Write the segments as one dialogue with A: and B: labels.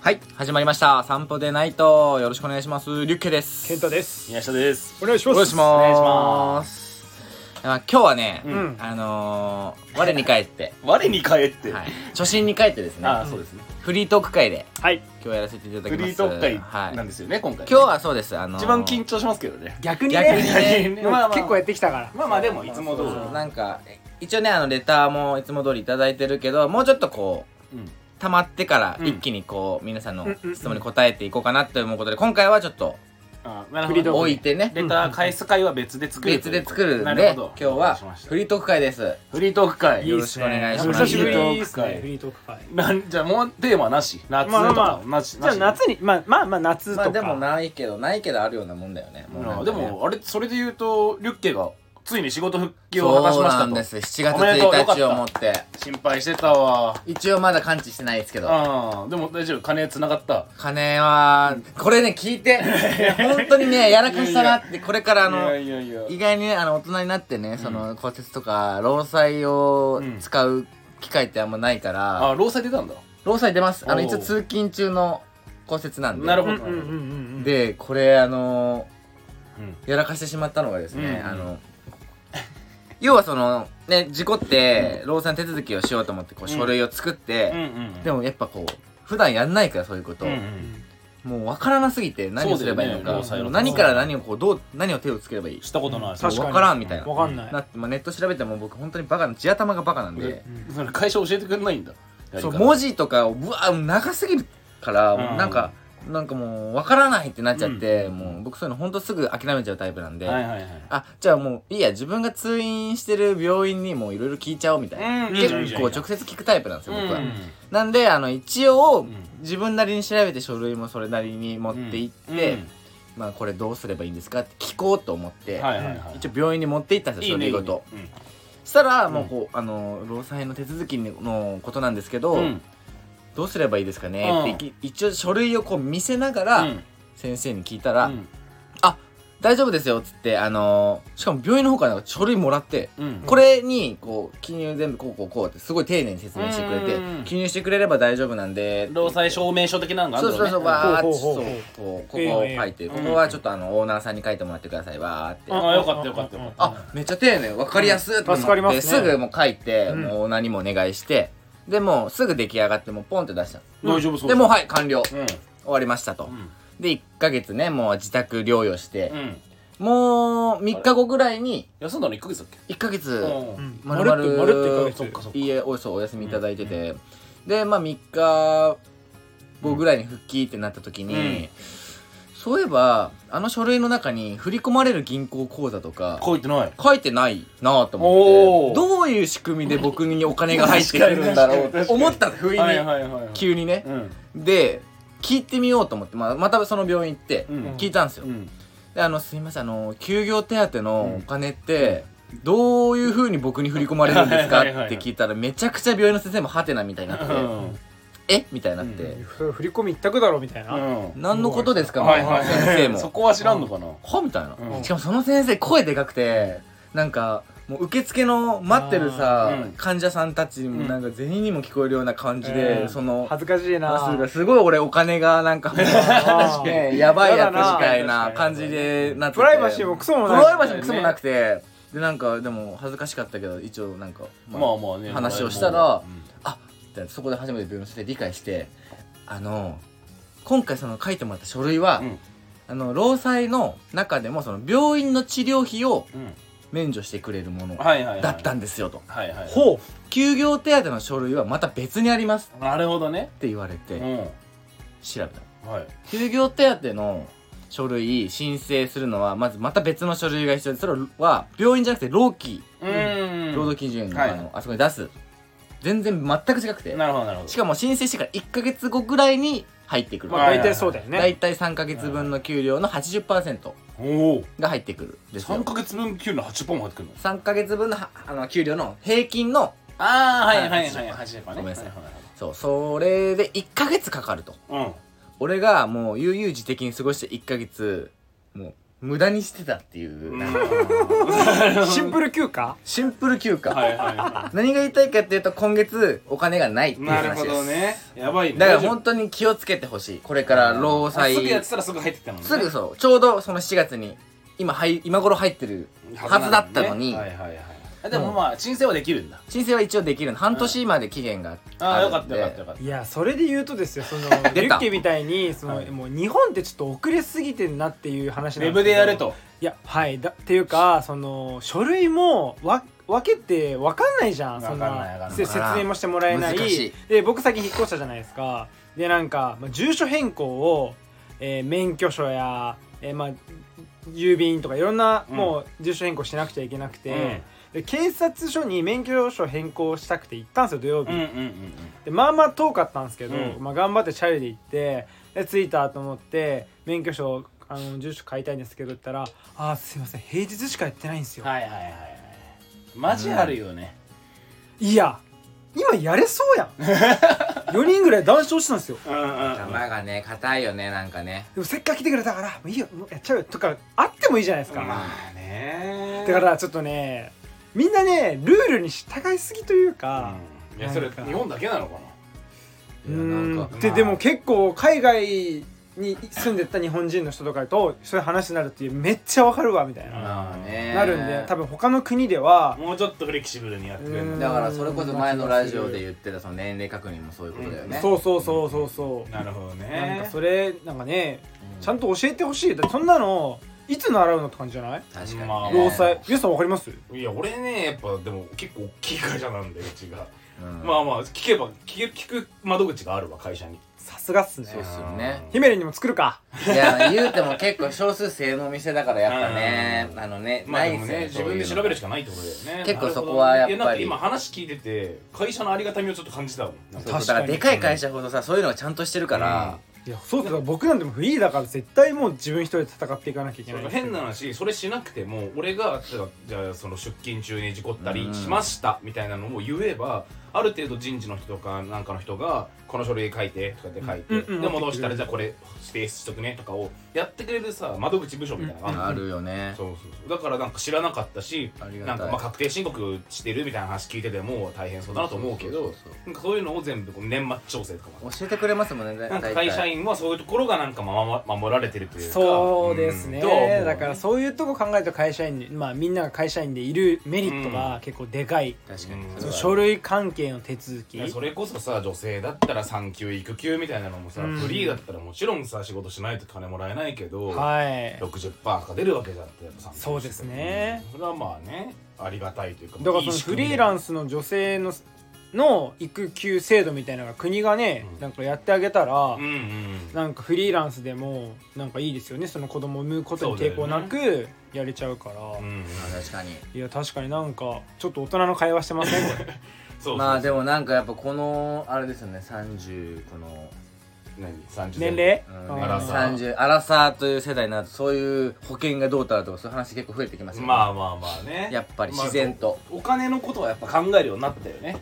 A: はい、始まりました。散歩でナイト。よろしくお願いします。リュッケです。
B: 健太です。
C: 宮下です。
B: お願いし
A: お
B: ます。
A: 願いし
B: す。
A: ます。まあ、今日はね、
B: ん
A: あのー、我に帰って、
C: 我に返って。
A: はい、初心に帰ってですね、
C: ああ、そうですね。
A: フリートーク会で
B: はい。
A: 今日やらせていただき
C: フ
A: ます。
C: リートーク
A: はい
C: 会な。んですよね、今回。
A: 今日はそうです。あのー
C: 一番緊張しますけどね。
B: 逆に
A: 逆に
B: ね、
A: ね、
B: まあまあ結構や
C: っ
B: ってきたから。
C: まあまあでもいつも通り
B: そう
A: なんか、一応ね、あの、レターもいつも通りいただいてるけど、もうちょっとこう、
C: うん
A: 溜まってから
C: うん
A: 一気にこう、皆さんの
B: うんうんうん
A: 質問に答えていこうかなって思うことで、今回はちょっと
C: あなる
B: フリートーク
A: 置いてね、
C: レター返す会は別で作ると
A: 別
C: いう
A: で
C: こと。
A: 作るん
C: な
A: で、
C: ほど
A: 今日は
C: わかりました
A: フリートーク会です。
C: フリートーク会。
A: よろしくお願いします
B: 久しぶりですね。フ
C: フ
B: リートーク会。
C: なんじゃあもうテーマなし。夏と
B: まあまあ
C: かもなし。
B: じゃあ
C: なし
B: 夏に、まあまあまあ夏
A: まあ
B: と
A: でも
B: か。
A: ないけど、ないけどあるようなもんだよね。うなん
C: うん
A: か
C: で
A: ね
C: も、あれ、それで言うと、リュッケが、ついに仕事復帰を果たし
A: そう
C: まし
A: な
C: た
A: ん
C: と
A: で。す。7月
C: おめでとうよか
A: 1
C: った
A: 日をもって、
C: 心配してたわ。
A: 一応まだ完治してないですけど、
C: うん。でも大丈夫、金繋がった。
A: 金は、これね、聞い て、本当にね、やらかしたなって、これからあの、
C: いやいやいや
A: 意外にねあの大人になってねその骨折とか労災を使う機会ってあんまないから、
C: あ、労災出たんだ。
A: 労災出ますあの
C: おう
A: 一応通勤中の骨折なんで
C: なる
B: う
C: ほ
B: ん
C: ど
B: うんうんうん。
A: でこれあの
C: うん
A: やらかしてしまったのがですね、
C: うん
A: あの要はそのね事故って労災の手続きをしようと思ってこう
C: うん
A: 書類を作って、
C: で
A: で
C: も、
A: もやっぱこう普段やんないからそういうこと、もう分からなすぎて何をすればいいの
C: そうだよね
A: か、
C: 労災
B: の
A: 何から何をこうどう何を手をつければいい
C: したことない
B: 確かに
A: 分からんみたいな
B: わかんない
A: な。って、まあ、ネット調べても僕本当にバカな地頭がバカなんで、
B: うん
C: それ会社教えてくれないんだ
A: そう
C: も
A: 文字とかをうわ長すぎるから、
C: うん
A: なんかなんかもうわからないってなっちゃって、もう僕そういうの本当すぐ諦めちゃうタイプなんで、
C: はいはいはい
A: あじゃあもういいや自分が通院してる病院にもういろいろ聞いちゃおうみたいな、
C: うんいい
A: 結
C: じゃんいいじゃん
A: 構直接聞くタイプなんですよ、僕は
C: うん
A: なんであの一応
C: ん
A: 自分なりに調べて書類もそれなりに持って行って、
C: うん
A: まあこれどうすればいいんですかって聞こうと思って、
C: はいはいはい
A: 一応病院に持って行ったんですよ書類ごと。
C: うん
A: したらもうこう、あの労災の手続きのことなんですけど、
C: うん
A: どうすればいいですかね、
C: うん
A: ってい一応書類をこう見せながら、
C: うん
A: 先生に聞いたら、
C: うん
A: あ大丈夫ですよっつってあのしかも病院の方からなんか書類もらって、
C: うん
A: これにこう記入全部こうこうこうってすごい丁寧に説明してくれて、
C: うん
A: 記入してくれれば大丈夫なんで
C: 労災証明書的なのがあ
A: そ
C: る
A: うん
C: だ
A: そうそうわーって
B: ほうほ
A: そう
B: うほうほう
A: こうここ
B: ええよ
A: を
B: ええよ
A: 書いて、こ
C: うん
A: こはちょっとあのオーナーさんに書いてもらってくださいわーって。
C: ああよかったよかったよかった
A: あめっちゃ丁寧分かりやすいと思って、
B: 助かりますね
A: すぐもう書いて、
B: うん
A: もうオーナーにもお願いしてでもうすぐ出来上がってもうポンって出したの
C: 大丈夫そう
A: でもうはい完了終
C: うん
A: わりましたと、
C: うん
A: で1ヶ月ねもう自宅療養して
C: う、ん
A: もう3日後ぐらいに
C: 休んだの一ヶ月だっけ
A: 1ヶ月
C: うん
B: まるっとまるっと一ヶ月
C: そっかそっか
A: いいえおそうお休みいただいてて、でまあ3日後ぐらいに復帰ってなった時に、
C: うん
A: そういえばあの書類の中に振り込まれる銀行口座とか
C: 書いてない
A: 書いてないなぁと思って
C: おー
A: どういう仕組みで僕にお金が入ってくるんだろうって思ったの不意
C: はい
A: に
C: はいはいはい
A: 急にね
C: うん
A: で聞いてみようと思って、まあ、またその病院行って
C: うん
A: 聞いたんですよ、
C: うん
A: であのすいませんあの休業手当のお金って、どういうふうに僕に振り込まれるんですかっ
C: は
A: て
C: いはいはい
A: 聞いたらめちゃくちゃ病院の先生もハテナみたいになって
C: う、ん
A: えみたいになって、
B: ふ振り込み一択だろみたいな。
C: うん
A: 何のことですか、
C: はいはい
A: 先生も
C: そこは知らんのかな
A: はみたいな、
C: うん
A: しかもその先生声でかくてなんかもう受付の待ってるさ、
C: あーうん
A: 患者さんたちも
C: うん
A: なんか全員にも聞こえるような感じで、
B: うん
A: その
B: 恥ずかしいな。
A: バスがすごい俺お金がなん か
B: あ ー
A: ねやばいやつみたい
C: やだな
A: な感じでなってて
B: プライバシーもクソも
A: プ
B: ない。
A: ライバシーもクソもなくて、でなんかでも恥ずかしかったけど一応なんか、まあ
C: まあまあね
A: 話をしたら
C: うん
A: あってそこで初めて病院の先生理解してあの今回その書いてもらった書類は、
C: うん
A: あの労災の中でもその病院の治療費を
C: うん
A: 免除してくれるもの
C: はいはいはい
A: だったんですよと
C: はいはい
B: ほ
A: 休業手当の書類はまた別にあります
C: なるほどね
A: って言われ
C: う
A: て
C: ん
A: 調べた
C: はい
A: 休業手当の書類申請するのはまずまた別の書類が必要でそれは病院じゃなくて労基
C: うん
A: 労働基準の
C: はい
A: あのあそこに出す全然全く違くて
C: なるほどなるほど
A: しかも申請してから1ヶ月後ぐらいに入ってく
B: う。
A: る
B: まあ
C: はい
B: 大体そうだよ
A: だい
B: ね。
A: たい3ヶ月分の給料の80%
C: おお
A: が入ってくるんですよ
C: 3ヶ月分給料8本も入ってくるの
A: 3ヶ月分のはあの給料の平均の
C: ああ
A: はい
C: はい
A: はい
C: 8本ね
A: ごめんなさい
C: は
A: そうそれで1ヶ月かかると
C: はは
A: 俺がもう悠々自適に過ごして1ヶ月もう無駄にしてたっていう、なんか
B: シンプル休暇
A: シンプル休暇、
C: はいはいは
A: 何が言いたいかっていうと今月お金がないって
C: い
A: いう
C: なる
A: 話
C: ほ
A: で
C: ど
A: す、
C: ねやばいね
A: だから本当に気をつけてほしいこれから労災
C: あすぐやってたらすぐ入ってきたもんね
A: すぐそうちょうどその7月に今はい今頃入ってるはずだったのに
C: はいはいはいあでもまあ申請はできるんだ
A: 申請は一応できるの半年まで期限が
C: ああ
A: ある
C: よ
A: ん
C: かった
A: で
C: よかったよかっ
B: いやそれで言うとですよそ の
A: た
B: リュッケみたいにその、
C: はい
B: もう日本ってちょっと遅れすぎてんなっていう話
C: た
B: なんすけど
C: ウェブでやれと
B: いやはいだっていうかその書類もわ分けて分かんないじゃんそん
C: 分かんない分かんない
B: せ説明もしてもらえない
A: 難しい
B: で僕最近引っ越したじゃないですかでなんか、まあ、住所変更を、えー免許証や、えーまあ、郵便とかいろんな、
C: うん
B: もう住所変更しなくちゃいけなく
C: うん
B: て、で警察署に免許証変更したくて行ったんですよ土曜日、
C: うんうんうん
B: でまあまあ遠かったんですけど、
C: うん
B: まあ、頑張ってチャリで行ってで着いたと思って免許証あの住所買いたいんですけどって言ったら「あーすいません平日しかやってないんです
C: うん
B: よ」
C: はいはいはいはいマジあるよね
B: い、や今やれそうやん4人ぐらい談笑してたんですよ
C: うんうん
A: 玉がね硬いよねなんかね
B: でもせっかく来てくれたからもういいよもうやっちゃうよとかあってもいいじゃないですか、
C: まあね
B: だからちょっとねみんなねルールに従いすぎというか、
C: うんいやそれ
B: なんか
C: 日本だけなのか
B: う
A: いやなんか
B: んで
C: まあ
B: でも結構海外に住んでった日本人の人とかとそういう話になるっていうめっちゃわかるわみたいな、
C: うん
A: まあね
B: なるんで多分他の国では
C: なもうちょっとフレキシブルにやってくれる
B: うん
A: だからそれこそ前のラジオで言ってたその年齢確認もそういうことだよね、
B: そうそうそうそうそう、
C: なるほど
B: なん
C: ね
B: かそれなんかねちゃん
A: と
B: と教えてほしいだってそんなのいつ習うのって感じじゃない
A: 確かに、ね
C: まあ
B: 労災皆さんわかります
C: いや俺ねやっぱでも結構大きい会社なんでうちが
A: うん
C: まあまあ聞けば聞け聞く窓口があるわ会社に
B: さすがっすね
A: そうっすよね
B: ヒメレンにも作るか
A: いや言うても結構少数制のお店だからやっぱね
C: うん
A: あのね
C: まあ
A: な
C: で
A: いっ
C: も
A: す
C: ね
A: ね
C: 自分で調べるしかないってことだよね
A: 結構そこはやっぱり
C: いなんか今話聞いてて会社のありがたみをちょっと感じたもんなん
A: そう
C: か
A: そうだからでかい会社ほどさそういうのがちゃんとしてるから、
B: いやそうだ僕なんてもうフリーだから絶対もう自分一人で戦っていかなきゃいけ
C: そ
B: ない
C: れ変な話それしなくても俺がじゃあじゃあその出勤中に事故ったりしましたみたいなのを言えばある程度人事の人かなんかの人がこの書類書いてとかで書いて、
B: うんうんうん
C: で戻したらじゃあこれ提出しとくねとかをやってくれるさ窓口部署みたいなのがあるの
A: あるよね
C: そうそうそうだからなんか知らなかったし
A: ありがた
C: ないんかまあ確定申告してるみたいな話聞いてても大変そうだなと思うけ
A: そ
C: ど
A: うそうそう
C: なんかそういうのを全部こう年末調整とかも
A: 教えてくれますもんね
C: な
A: 大
C: んか
A: 体
C: 会社員はそういうところがなんかまま守られてるというか
B: そうですね、
C: んとは思う
B: だからそういうとこ考えると会社員にまあみんなが会社員でいるメリットが結構でかい、
A: 確かに
C: う
A: そ
C: ん
A: れ
B: その
A: は
B: 書類関係の手続き
C: いやそれこそさ女性だったら産休育休みたいなのもさ、
B: うん
C: フリーだったらもちろんさ仕事しないと金もらえないけど、
B: はい
C: 60%が出るわけじゃんってやっぱ産休
B: そうですね
C: それはまあねありがたいというか
B: だからそのフリーラン
C: ス
B: スの女性のの育休制度みたいなのが国がね、
C: うん
B: なんかやってあげたら、
C: うんうん
B: なんかフリーランスでもなんかいいですよねその子供を産むことに抵抗なくやれちゃうから
C: うんうん
A: まあ確かに
B: いや確かになんかちょっと大人の会話してませんこれ
C: そうそうそう
A: まあでもなんかやっぱこのあれですよね30この、
C: 何30
B: 年齢、
A: うん
B: うん
C: アラサー
A: 30アラサーという世代になるとそういう保険がどうたらとかそういう話結構増えてきますよね、
C: まあまあまあね
A: やっぱり自然と
C: まあお金のことはやっぱ考えるようになったよね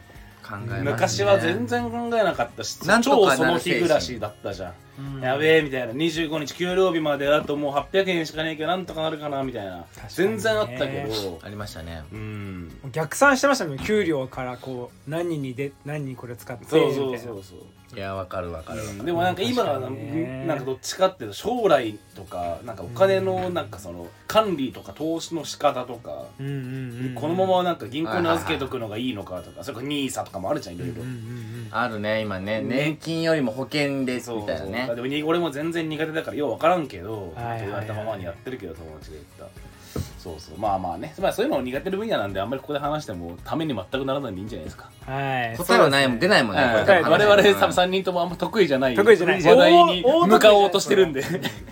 A: 考えます、ね、
C: 昔は全然考えなかったし
A: なんと
C: 超
A: か
C: そ
A: な
C: の
A: る
C: 日暮らしだったじゃん、
B: うん
C: やべえみたいな25日給料日まであともう800円しかねえけどなんとかなるかなみたいな
B: 確かにね
C: 全然あったけど
A: ありましたね
C: うん
B: 逆算してましたね給料からこう何人にで何人これ使って
C: そうそう
B: みたい
C: そ
B: な
C: うそう
A: いやわかるわかるわかる、
C: でもなんか今はな
B: 確かにね
C: なんかどっちかっていうと将来とかなんかお金のなんかその管理とか投資の仕方とか
B: うんうんうん
C: このままなんか銀行に預けとくのがいいのかとかそれから NISA とかもあるじゃんいろいろ
B: うんうんうん
A: あるね今ね
C: ね
A: 年金よりも保険でみ
C: そう
A: たいなね
C: そうでもに俺も全然苦手だからよう分からんけど、
B: はいはいはい
C: 言われたままにやってるけど友達が言ったそうそうまあまあね、まあ、そういうのも苦手な分野なんであんまりここで話してもために全くならないんでいいんじゃないですか、
B: はい
A: 答えはないもん、出
B: い
A: ないもんね、
C: はい
A: これ多分
C: 我々
A: 話しても
C: 3三人ともあんま得意じゃない
B: 得意じゃない
C: 話題に
B: おお
C: 向かおうとしてるんで
B: 得意じゃない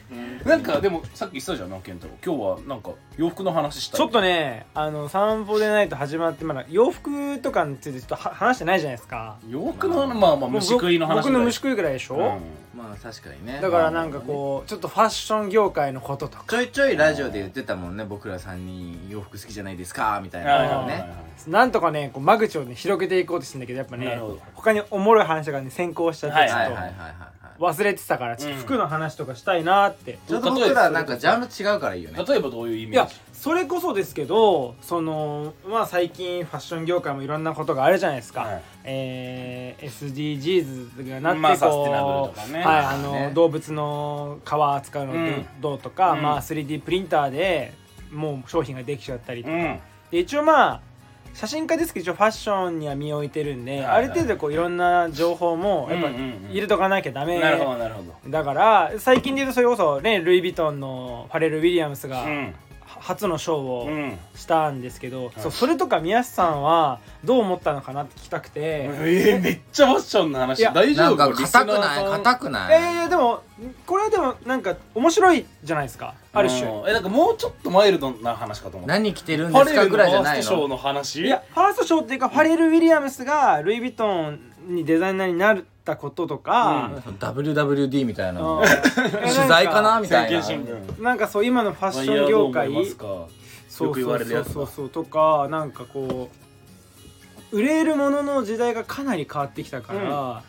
C: なんかでもさっき言ってたじゃんな健太郎今日はなんか洋服の話したい
B: ちょっとねあの散歩でないと始まってまだ洋服とかについてちょっとは話してないじゃないですか
C: 洋服のまあまあ虫食いの話
B: 僕の虫食いぐらいでしょ、
C: う
A: まあ確かにね
B: だからなんかこうちょっとファッション業界のこととか
A: ちょいちょいラジオで言ってたもんね僕ら3人洋服好きじゃないですかみたい
C: んはいは
A: ないの
C: はい
A: ね
C: はい
B: なんとかねこう間口をね広げていこうとしてんだけどやっぱ
C: な
B: ね
C: るほど
B: 他におもろい話がね先行しちゃって
C: はい
B: ち
A: はいはい
B: ょ
A: はいは
B: っ
A: いはい
B: と忘れてたからちょっと服の話とかしたいなって
A: ちょれと僕らなんかジャンル違うからいいよね
C: 例えばどういうイ
B: い
C: メー
B: や
C: ジ
B: それこそですけどそのまあ最近ファッション業界もいろんなことがあるじゃないですか、
C: はい
B: えー SDGs がな
C: まあ
B: って
C: サステナブ
B: こ
C: ルと
B: う、
C: かね
B: はいあの、
A: ね
B: 動物の皮扱うのど,、
C: うん
B: どうとか、
C: うん
B: まあ、3D プリンターでもう商品ができちゃったりと
C: う
B: か、
C: ん
B: で一応まあ写真家ですけど一応ファッションには身を置いてるんで、
C: はいはい
B: ある程度こういろんな情報もやっぱ
C: うんうんうん
B: 入れとかなきゃダメ、
C: なるほどなるほど
B: だから最近で言うとそれこそねルイ・ヴィトンのファレル・ウィリアムスが
C: うん
B: 初のショーを、
C: うん
B: したんですけど、
C: い
B: そうそれとか宮下さんはどう思ったのかなって聞きたくて、
C: えー、めっちゃファッションの
B: い
C: 話
B: や
A: な
C: 大丈
A: ん
C: 夫
A: か硬く
C: リスナー
A: ない
C: さん
A: 硬くない
B: いやいやでもこれはでもなんか面白いじゃないですかある種、
C: うんえなんかもうちょっとマイルドな話かと思った
A: 何着てるんで
C: パ
A: す
C: レ
A: か
C: ル
A: ぐ
C: の
A: らいじ
C: ファ
A: ゃな
C: ース
A: い
C: トショ
A: の
C: ーの話
B: いやファーストショーっていうかファレル・ウィリアムスがルイ・ヴィトンにデザイナーになったこととか、
A: うん WWD みたい
B: あ
A: な
B: の
A: 取材かなみたいな
B: なんかそう今のファッション業界そうそうそうそうそうとかなんかこう売れるものの時代がかなり変わってきたから、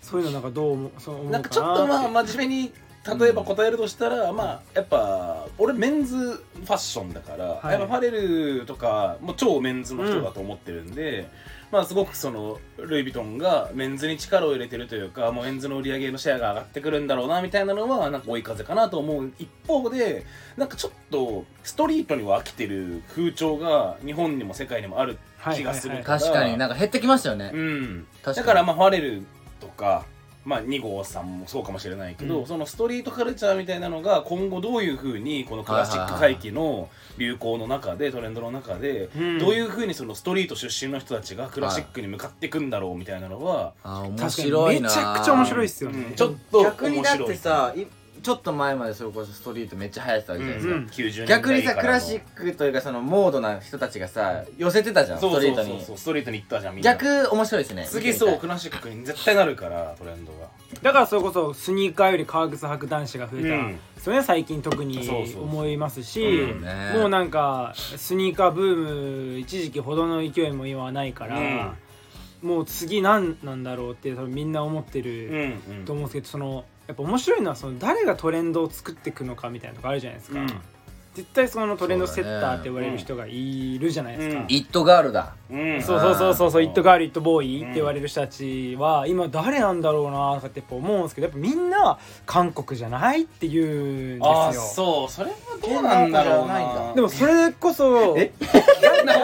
B: そういうのなんかどう思うそう思うかな
C: なんかちょっとまあ真面目に例えば答えるとしたら、まあやっぱ俺メンズファッションだから、
B: はい
C: やっぱファレルとかもう超メンズの人だと思ってるんで、まあすごくそのルイ・ヴィトンがメンズに力を入れてるというかもうメンズの売り上げのシェアが上がってくるんだろうなみたいなのはなんか追い風かなと思う一方でなんかちょっとストリートには飽きてる風潮が日本にも世界にもある気がするから、
A: 確かになんか減ってきましたよね
C: うん、
A: 確かに
C: だからまあファレルとか、まあ、2号さんもそうかもしれないけど、
B: うん
C: そのストリートカルチャーみたいなのが今後どういうふうにこのクラシック回帰の流行の中でトレンドの中で、
B: うん
C: どういうふうにそのストリート出身の人たちがクラシックに向かっていくんだろうみたいなのは、
A: あー面
B: 確かに
A: 白いな
B: めちゃくちゃ面白いっ
A: す
B: すよね、
C: うんちょっと面
A: 逆
C: 白い
A: にだってさいちょっと前までそれこそストリートめっちゃ流行ってたわけじゃないですか、
B: うん
C: 90年代
A: 逆にさ
C: からの
A: クラシックというかそのモードな人たちがさ寄せてたじゃんス
C: そう
A: ト
C: そう
A: リート
C: そうそう
A: に
C: そうストリートに行ったじゃんみんな
A: 逆面白いですね
C: 次そうクラシックに絶対なるからトレンドが
B: だからそれこそスニーカーより革靴履く男子が増えた、
C: うん
B: それは最近特に
C: そうそうそう
B: 思いますし
C: うん
A: ね
B: もうなんかスニーカーブーム一時期ほどの勢いも今はないから、もう次何なんだろうって多分みんな思って
C: うんう
B: る
C: んうん
B: と思うんですけど、そのやっぱ面白いのはその誰がトレンドを作っていくのかみたいなとこあるじゃないですか、
C: うん
B: 絶対そのトレンドセッターって言われる人がいるじゃないですか、
C: うんうん
A: イットガールだ
C: うん
B: そうそうそうそうそう、
C: うん
B: イットガールイットボーイって言われる人たちは今誰なんだろうなとかってやっぱ思うんですけどやっぱみんな韓国じゃないっていうん
C: ああ
B: ですよ
C: そうそれはどうなんだろ
A: 変なこと
C: う
A: じゃないん
C: な
A: だ
B: でもそれこそ
C: え
B: 変な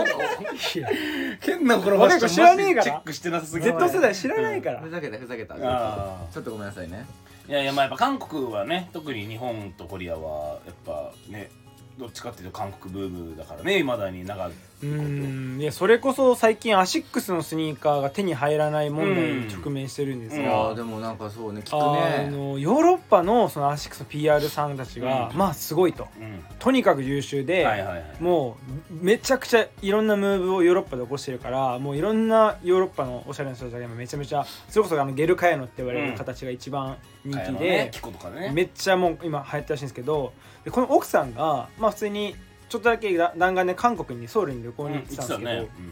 C: 変なこの
B: 若い子知らねえから
C: チェックしてなさすぎ
B: Z 世代知らないか ら、
A: ふざけたふざけた
C: あー
A: ちょっとごめんなさいね
C: いやいやまあやっぱ韓国はね特に日本とコリアはやっぱねどっちかっていうと韓国ブームだからねいまだに長いこ
B: う
C: と
B: んいやそれこそ最近アシックスのスニーカーが手に入らない問題に直面してるんです
A: い
C: うん
A: や
B: が、
A: ーでもなんかそうね聞
B: あ
A: くね
B: のヨーロッパのそのアシックスの PR さんたちが、
C: うん
B: まあすごいと
C: うん
B: とにかく優秀で、
C: はいはいはい
B: もうめちゃくちゃいろんなムーブをヨーロッパで起こしてるからもういろんなヨーロッパのおしゃれな人たちが今めちゃめちゃそれこそあのゲルカヤノって言われ
C: う
B: る
C: ん
B: 形が一番人
C: あの
B: 気
C: ね
B: で、
C: キコとかね
B: めっちゃもう今流行ったらしいんですけどでこの奥さんがまあ普通にちょっとだけ弾丸で韓国にソウルに旅行に行ってたんですけど、
C: うん言
B: 言
C: ってたね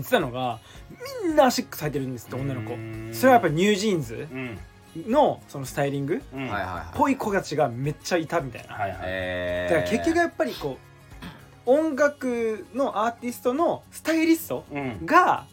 B: ってたのがみんなアシックス履いてるんですって
C: うん
B: 女の子
C: うん
B: それはやっぱりニュージーンズ
C: うん
B: のそのスタイリングっ
C: うん
A: はいはい
C: は
A: はい
B: ぽい子たちがめっちゃいたみたいな。
C: いはい
A: え
B: だ
A: ー
B: から結局やっぱりこう音楽のアーティストのスタイリスト
C: うん
B: が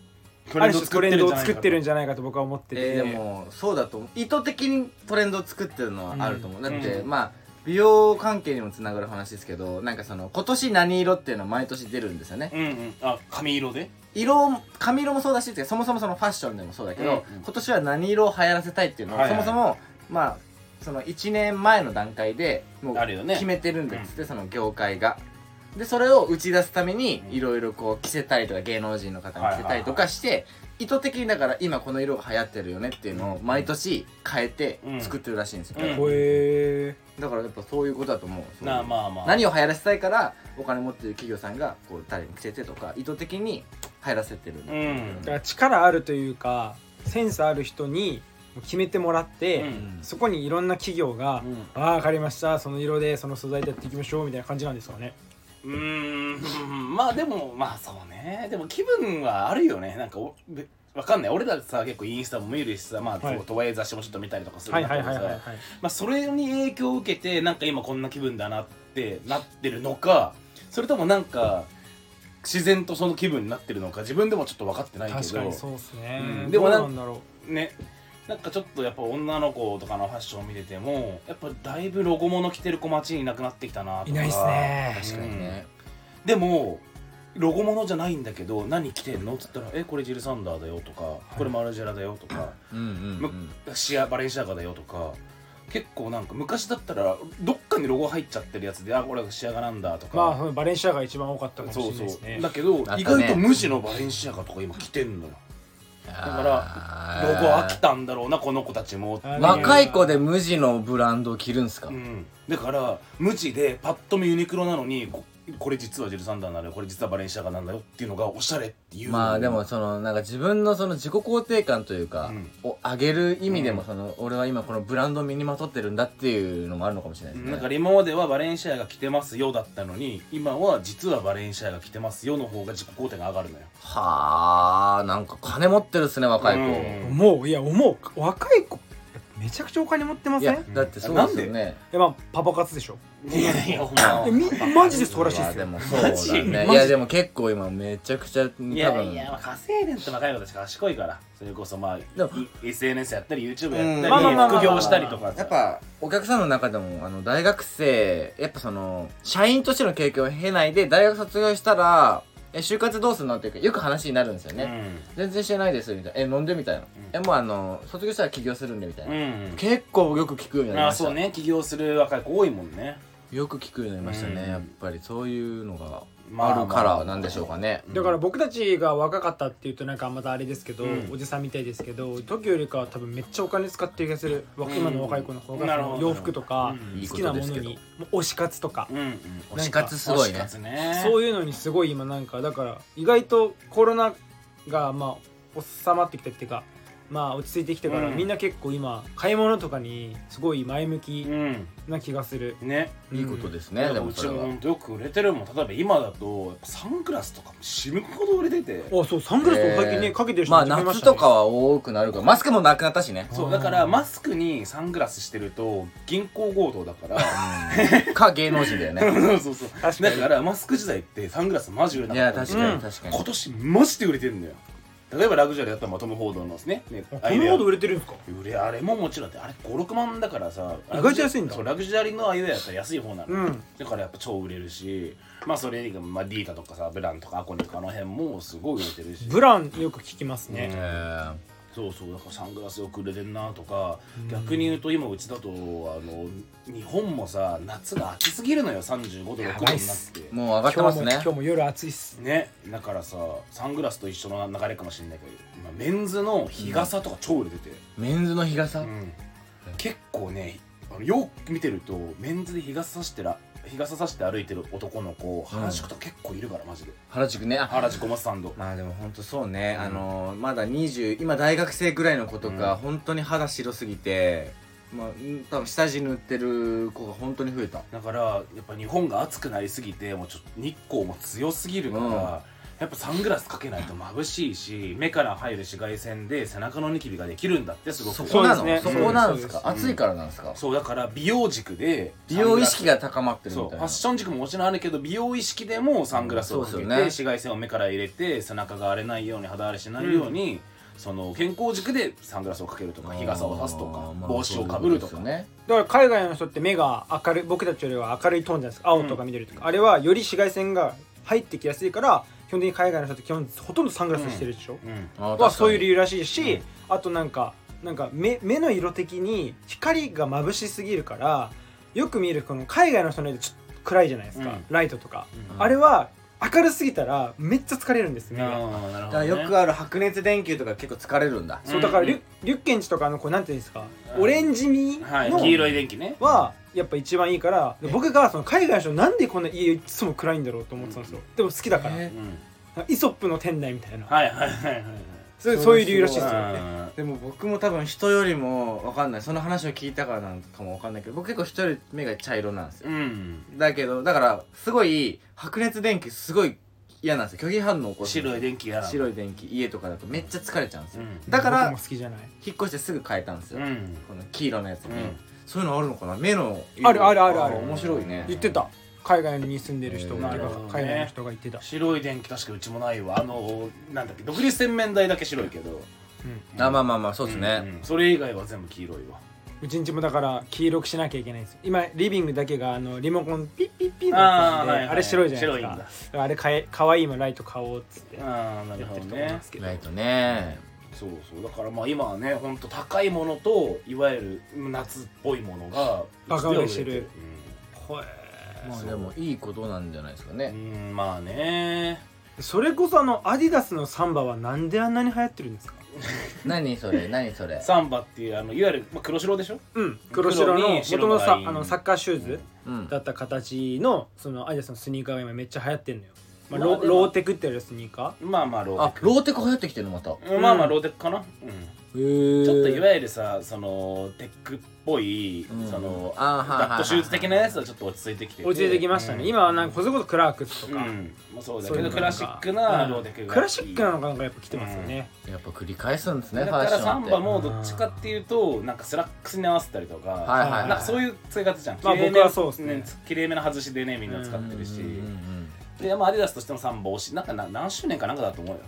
B: ある種
C: ト
B: ト
C: レ
B: レン
C: ンド
B: ド
C: を
B: を作
C: 作
B: っ
C: ってて
B: る
C: る
B: ん
C: んじ
B: じゃないかと僕は思ってて、
A: えー、でもそうだと思う意図的にトレンドを作ってるのはあると思う、
B: うん
A: だって、
C: うん
A: まあ美容関係にもつながる話ですけどなんかその今年何色っていうのは毎年出るんですよね
C: ゃないうんうんあ髪色で
A: 色も髪色もそうだしそもそもそのファッションでもそうだけど、
C: うんうん
A: 今年は何色を流行らせたいっていうのを、
C: はいはい
A: そもそもまあその1年前の段階でもう
C: あるよね
A: 決めてるんですって、その業界が。でそれを打ち出すために
C: うん
A: いろいろこう着せたりとか芸能人の方に着せたりと
C: はいはいは
A: かして意図的にだから今この色が流行ってるよねっていうのを毎年変えて
C: うん
A: 作ってるらしいんですよ、
C: うん
B: これ
A: だからやっぱそういうことだと思うそういう
C: なあまあまあ
A: 何を流行らせたいからお金持ってる企業さんがこう誰に着せてとか意図的に流行らせてるんだと思
C: うん
B: だから力あるというかセンスある人に決めてもらって、
C: うん
B: そこにいろんな企業が「
C: うん
B: ああ分かりましたその色でその素材でやっていきましょう」みたいな感じなんですかね。
C: うーんまあでもまあそうねでも気分はあるよねなんかおべわかんない俺らさ結構インスタも見るしさまあ、
B: はい
C: とはいえ雑誌もちょっと見たりとかする
B: はい
C: だ
B: はい
C: けど
B: はいはいはい
C: さまあそれに影響を受けてなんか今こんな気分だなってなってるのかそれともなんか自然とその気分になってるのか自分でもちょっと分かってないけど
B: 確かにそうですね、
C: うん
B: で
C: で
B: も
C: も
B: な
C: なん
B: んだろう
C: ねなんかちょっとやっぱ女の子とかのファッションを見ててもやっぱだいぶロゴもの着てる子街にいなくなってきたなとか
B: いないっすね
A: 確かにね、
C: でもロゴものじゃないんだけど何着てんのっつったら「えこれジルサンダーだよ」とか「これマルジェラだよ」とか
A: うん、うんうん、うん
C: 「シアバレンシアガだよ」とか結構なんか昔だったらどっかにロゴ入っちゃってるやつで「あこれはシアガなんだ」とか、
B: まあそのバレンシアが一番多かったかもしれ
C: そ
B: な
C: う
B: いで
C: そ
B: す
C: う
B: ね
C: だけど、
A: たね
C: 意外と無地のバレンシアガとか今着てんのよ
A: だ
C: からロゴ飽きたんだろうなこの子たちも
B: あー
A: 若い子で無地のブランドを着るんすか、
C: うん、だから無地でパッと見ユニクロなのにここれ実はジルサンダーなんだよこれ実はバレンシアガなんだよっていうのがおしゃれっていうの
A: まあでもそのなんか自分のその自己肯定感というか、
C: うん
A: を上げる意味でも
C: うん
A: その俺は今このブランドを身にまとってるんだっていうのもあるのかもしれないですね。
C: だから今まではバレンシアガ着てますよだったのに今は実はバレンシアガ着てますよの方が自己肯定が上がるのよ
A: はあなんか金持ってるっすね若い子。
C: うん
B: 思ういや思う若い子めちゃくちゃお金持ってま
A: い
B: せ
A: や
B: んいや
A: だってそうですよ
C: なん
A: ね。
B: まあパパ活でしょ
C: いやいやほん
B: いやみマジでそうらし
A: い
B: いで
A: や
B: す
A: で
B: よ
A: もそうだ
C: マジ
A: ね。
B: マ
A: い
B: ジ
A: やでも結構今めちゃくちゃ多分
C: いやいや、まあ、稼いでんと若い子たち賢いからそれこそまあい
A: でも
C: SNS やったり YouTube
A: うん
C: や
A: まあ
C: っ
A: まあまあ
C: た
A: ま
C: り
A: あ
C: 副業したりとかさ
A: やっぱお客さんの中でもあの大学生やっぱその社員としての経験を経ないで大学卒業したらえ就活どうすんのっていうかよく話になるんですよね。全然してないですみたいな「え飲んで?」みたいな「えもうあの卒業したら起業するんで」みたい
C: うん、
A: な、
C: うん
A: 結構よく聞くようになり
C: あ
A: ま
C: あ
A: した
C: そうね起業する若い子多いもんね
A: よく聞くようになりましたね、
C: うん
A: やっぱりそういうのが
C: まあ
A: あるからなんでしょうかね、
B: だから僕たちが若かったっていうとなんかまたあれですけど、
C: うん
B: おじさんみたいですけど時よりかは多分めっちゃお金使ってる気がする、わ
C: うん
B: 今の若い子の方
C: な
B: が
C: る
B: そ
C: ほど
B: の洋服とか
C: うん
A: いい
B: 好
A: こ
B: きな
A: と
B: も
A: で
B: の
A: すけど
B: にもう推し活とか
C: うんうん
B: なんか
A: 推し活すごい
C: 推し
A: ね
C: 活ね
B: そういうのにすごい今なんかだから意外とコロナがまあ収まってきたっていうかまあ落ち着いてきてから、
C: うん
B: みんな結構今買い物とかにすごい前向き
C: うん
B: な気がする、
C: ね
A: いいことですね、
C: ね
A: で
C: で
A: も
C: もう
A: そ
C: ち
A: れ
C: も
A: は
C: ほんとよく売れてるもん例えば今だとやっぱサングラスとかも死ぬほど売れてて
B: あそうサングラスとか最近ね、
A: えー
B: かけてる人
A: まあ
B: 増え
A: 夏
B: した
A: と
B: ね
A: かは多くなるからマスクもなくなったし ね、
C: そ
B: あ
C: う
B: ー
C: だからマスクにサングラスしてると銀行強盗 だから
A: か芸能人だよね
C: そうそうそう
B: 確か
C: だ
B: に
C: からマスク時代ってサングラスマジ売れ
A: い
C: なか
A: や
C: ったん
A: 確
C: で
A: か
B: うん
A: に確かに、
C: 今年マジで売れてるんだよ例えばラグジュアリーだったらまあトム・フォードのですねね
B: あこのほど売れてるんですか
C: 売れあれももちろんだってあれ56万だからさ
B: 意外と安いんだ
C: そうラグジュアリーのアイウェアやったら安い方なの、
B: うん
C: だからやっぱ超売れるしまあそれ以外、まあ、ディータとかさブランとかアコニとかあの辺もすごい売れてるし
B: ブランよく聞きますね、
A: えー
C: そうそうだからサングラスよく売れてんなとか、逆に言うと今うちだとあの日本もさ夏が暑すぎるのよ35度6
B: や
C: 度に
B: ば
C: ない
B: っ
C: っ
B: す
C: て
A: もう上がってますね
B: 今日も今日も夜暑いっす
C: ねだからさサングラスと一緒の流れかもしれないけど、まあ、メンズの日傘とか超売れてて、
A: メンズの日傘、
C: うん結構ねあのよく見てるとメンズで日傘さしてら日傘さして歩いてる男の子原宿とか結構いるからマジで
A: 原宿ねあ
C: 原宿マスサンド
A: まあでも本当そうね、
C: うん
A: あのまだ20今大学生ぐらいの子とか、
C: うん
A: 本当に肌白すぎてまあうん多分下地塗ってる子が本当に増えた
C: だからやっぱ日本が暑くなりすぎてもうちょっと日光も強すぎるから、
A: うん
C: やっぱサングラスかけないと眩しいし目から入る紫外線で背中のニキビができるんだってすごく
A: そ
C: そ
A: こ
C: う
A: なの
B: そ
A: そ,、
B: うですね
A: こなんです
B: そう
A: か
C: です
A: 暑いからなんですか、
C: だから美容軸で
A: 美容意識
C: が
A: が高まってる
C: そう
A: み
C: フ
A: たい
C: ァ
A: な
C: ッション軸ももちろんあるけど美容意識でもサングラスをかけ
A: そう
C: て、
A: ですよね
C: 紫外線を目から入れて背中が荒れないように肌荒れしないように、その健康軸でサングラスをかけるとか日傘を差すと
A: あ
C: か
A: ーまあ
C: 帽子をかぶると
A: そ
C: か
A: ういうことですよね
B: だから海外の人って目が明るい僕たちよりは明るいトーンじゃないですか青とか緑とか、あれはより紫外線が入ってきやすいから基本的に海外の人って基本ほとんどサングラスしてるでしょ、
C: う
A: あー
C: ん
B: は
A: 確か
B: そう
A: に
B: いう理由らしいし、
C: うん
B: あとなんかなんか目目の色的に光が眩しすぎるからよく見るこの海外の人の色ちょっと暗いじゃないですか、
C: うん
B: ライトとか、
A: うん
B: あれは明るすぎたらめっちゃ疲れるんです目が
C: あーなる
A: だか
C: ほど
A: ら
C: ね
A: よくある白熱電球とか結構疲れるんだ、
B: そうだからリュ,、
C: うん
B: リュッケンチとかのこうなんていうんですか、
C: うん
B: オレンジ味の、
C: はい、黄色い電気ね
B: はやっぱ一番いいから僕がその海外の人なんでこんな家いつも暗いんだろうと思ってたんですよでも好きだから、
A: へ
C: う
A: ー
C: ん
B: なんかイソップの店内みたいな、
C: はいはいはいはいはい
B: そうそういう理由らしいですよ
A: そう
B: ね
A: でも僕も多分人よりもわかんないその話を聞いたからなんかもわかんないけど僕結構人より目が茶色なんですよ
C: うん
A: だけどだからすごい白熱電球すごい嫌なんですよ拒否反応起こすんですよ
C: 白い電気が
A: 白い電気家とかだとめっちゃ疲れちゃうんですよ、
C: うん
A: だか
B: 僕
A: ら
B: も好きじゃない
A: 引っ越してすぐ変えたんです
C: う
A: よ、
C: ん
A: この黄色のやつ
C: う
A: に、
C: ん
A: そういうのあるのかな目の
B: あるあるあるある
A: ー面白いね
B: 言ってた海外に住んでる人が
A: えーなる
C: ほどね
B: 海外の人が言ってた、
C: 白い電気確かうちもないわあのなんだっけ独立洗面台だけ白いけど
B: うん、
A: あまあまあまあそうですね、
C: んんそれ以外は全部黄色いわ
B: うちんちもだから黄色くしなきゃいけないんですよ今リビングだけがあのリモコンピッピッピッのやつなんであ,、
C: はいはい
B: れ白いじゃないですか
C: 白いんだ
B: だからあれかえかわいいもライト買おうっつってや
C: ああなる
B: っ
C: ほ
B: て
C: ど
B: ると思い
C: ね
B: ますけど、
A: ライトね
C: そうそうだからまあ今はねほんと高いものといわゆる夏っぽいものが
B: バカ売れしてるほえ
A: まあ
C: そう
A: でもいいことなんじゃないですか
C: うん、
A: ね、
C: うんまあね
B: それこそあのアディダスのサンバはなんであんなに流行ってるんですか
A: 何それ何それ
C: サンバっていうあのいわゆる、まあ、黒白でしょ
B: うん黒白の
C: 黒
B: も
C: に
B: と
C: 白
B: もと
C: が
B: さ
C: いい
B: あのサッカーシューズ
A: うん
B: だった形のそのアディダスのスニーカーが今めっちゃ流行ってるのよ、まあ、
C: まあ
B: ロ
C: でも
B: ローテクってやるスニーカ
C: まあまあロー
A: あ
C: テク
A: ローテク流行ってきてるのまたへ
C: うんまあまあローテクかな、うん
A: え
C: ちょっといわゆるさそのテックっぽい、
A: うん
C: その
A: あーはいはいはい
C: ダットシューズ的なやつはちょっと落ち着いてきて
B: ー落ち着いてきましたね、
C: うん
B: 今はなんかそれこそクラークスと
C: う
B: か、
C: んまあ、そうだ
B: そう
C: け
B: いう
C: ど
B: の
C: クラシックなローテクがいい
B: クラシックなのがやっぱ来てますよね、
A: やっぱ繰り返すんですね
C: だ
A: フ
C: か
A: ァッ
C: ら
A: シ
C: サ
A: ョンっ
C: ン
A: て
C: バもどっちかっていうとなんかスラックスに合わせたりとか、
A: はいはいはい
C: なんかそういう使い方じゃん、
B: まあ
C: 綺麗め
B: 僕はそうっすね
C: 綺麗めな外しでねみんな使ってる
A: うん
C: し、
A: うんうん
C: でまあアディダスとしてもサンバ推しなんかな何周年かなんかだと思うよ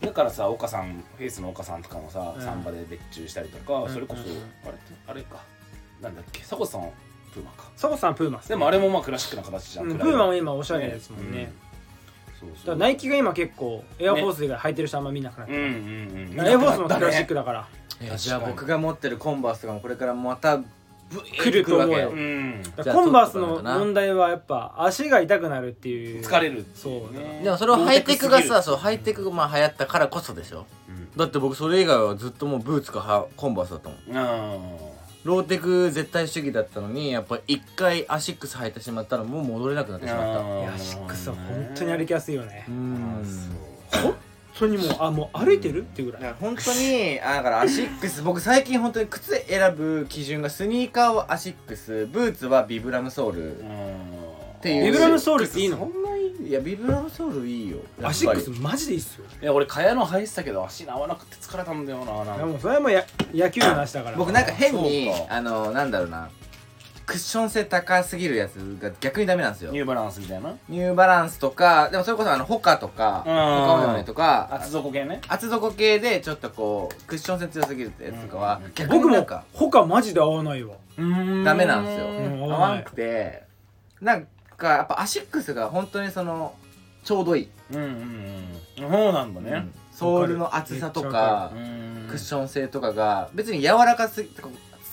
C: だからさ岡さんフェイスの岡さんとかもさ、
B: うん
C: サンバで別注したりとか、
B: ん
C: それこそ、
B: うんうん
C: あれあれかなんだっけ迫さんはプーマか
B: サコさんプーマス
C: でもあれもまあクラシックな形じゃん、
B: うん、
C: 暗
B: プ
C: い
B: ーマも今おしゃれですもんね
C: うんそう
B: だか
C: そ
B: ら
C: う
B: ナイキが今結構エアフォース以外履いてる人あんま見なくなっ
C: う
B: た、
C: んう
B: エ
C: んうん
B: アフォースもクラシック
C: だ
B: だから
A: え
C: かに
A: じゃあ僕が持ってるコンバースとかもこれからまたブー
B: 来ると思うよ
A: 来
B: う
C: うん
B: だ
A: じ
B: か
A: ゃ
B: ら
A: あ
B: コンバース
A: ちょっと
B: の
A: だな
B: 問題はやっぱ足が痛くなるっていう
C: 疲れるってい
B: そうだ
C: ね
A: でもそれはハイテクがさ
C: ローテクすぎる
A: そうハイテクがまあ流行ったからこそでしょ
C: うん
A: だって僕それ以外はずっともうブーツかはコンバースだったもん
C: う
A: ローテク絶対主義だったのにやっぱ一回アシックス履いてしまったらもう戻れなくなってしまっ
B: い
C: ん
B: やシックスは本当に歩きやすいよね
A: たう
C: うんん
B: 本当にもうあもう歩いてるっていうぐ
A: だ
B: ら
A: から
B: い
A: 本当にあだからアシックス僕最近本当に靴選ぶ基準がスニーカーはアシックスブーツはビブラムソールっていう
B: ビブラムソールっていい
A: そ
B: の
A: んないいいやビブラムソールいいよ
B: アシックス
A: やっ
B: マジでいいっすよ
C: いや俺蚊帳の入ってたけど足に合わなくて疲れたんだよなな
B: い
C: んか
B: やもうそれはもうや野球の話だか
A: ぱ
B: ら
A: り僕なんか変に
C: そうか
A: あのなんだろうなクッション性高すぎるやつが逆にダメなんですよ
C: ニューバランスみたいな
A: ニューバランスとかでもそれこそあのホカとかホ
C: うん
A: カオヨネとか
C: 厚底系ね
A: 厚底系でちょっとこうクッション性強すぎるってやつとかは
C: うん
A: 逆
B: 僕
A: になん
B: も
A: か
B: 他マジで合わないわ
A: ダ
C: ダ
A: メなんですよ
B: ん
A: 合わんくてなんかやっぱアシックスが本当にそのちょうどいい、
C: うんうんうんそうなんだね
A: ソールの厚さと
B: わか
A: か
C: うん
A: クッション性とかが別に柔らかすぎ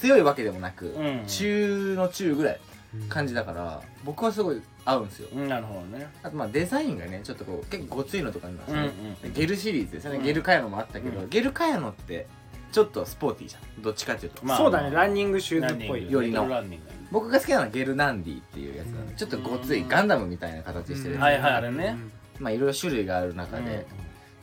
A: 強いわけでもなく、
C: うん
A: 中の中ぐらい感じだから僕はすごい合うんですよ
C: うんなるほどね
A: あとまあデザインがねちょっとこう結構ごついのとかあります
C: うんう
A: ね、
C: ん
A: ゲルシリーズですよね、
C: うん
A: ゲルカヤノもあったけど、
C: うん
A: ゲルカヤノってちょっとスポーティーじゃんどっちかっていうと、
C: まあ
B: そうだねランニングシューズっぽ
C: ランニン
B: い
C: グ
A: よりの
C: ランニング
A: 僕が好きなのはゲルナンディっていうやつなん
B: う
A: で
B: ん
A: ちょっとごつい
C: うん
A: ガンダムみたいな形してるや
B: うん
A: つ、
C: はいはいあれね
A: まあいろいろ種類がある中で、だか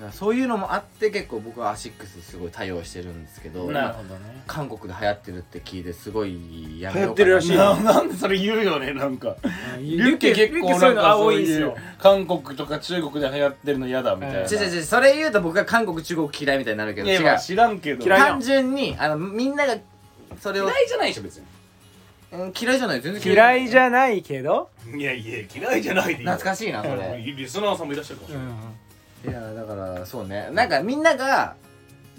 A: らそういうのもあって結構僕はアシックスすごい多用してるんですけど、
C: うん
A: ま
C: なる
A: あ
C: ほどね
A: 韓国で流行ってるって聞いてすごいやめ
B: 流
A: よう
B: 行っ
A: か
B: てる
A: な
B: らしい
C: ななんでそれ言うよねなんか
B: うん
C: リ
B: リ
C: ュ
B: ュ
C: ッ
B: ッ
C: ケ
B: ケ
C: 結
B: 結
C: 構
B: 構
C: な
B: そうんいうの
C: かそ
B: 青
C: う
B: いんす
C: いう
B: よ
C: 韓国とか中国で流行ってるの嫌だみたいな。
B: うん
A: 違う違う違うそれ言うと僕が韓国中国嫌いみたいになるけど違
C: いやまあ
A: う
C: 知らんけど
B: 嫌いなの
A: 単純にあのみんながそれを
C: 嫌いじゃないでしょ別に。
A: うん嫌いじゃない全然
B: 嫌いじ
A: ゃ
B: ゃないけど、
C: いやいや嫌いじゃないでいいよ。
A: 懐かしいなそれ
C: うんリスナーさんもいらっしゃるかもしれない。
A: いやだからそうねなんかみんなが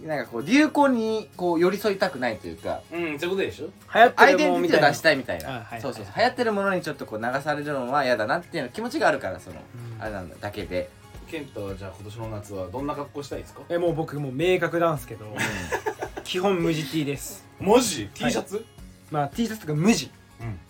A: なんかこう流行にこう寄り添いたくないというか
C: うんそういうことでしょ。
B: 流行っ
A: ア
B: て
A: イデ
B: る
A: ン
B: もん
A: ティ
B: み
A: ティ
B: たい
A: を
B: な
A: 出したいみたいな、
B: あはい
A: そうそうそう流行ってるものにちょっとこう流されるのは嫌だなっていうの気持ちがあるからその、あれなんだだけで
C: ケントはじゃあ今年の夏はどんな格好したいですか。
B: えもう僕もう明確なんですけど基本無地 T です
C: マジ T シャツ？
B: まあ T シャツとか無地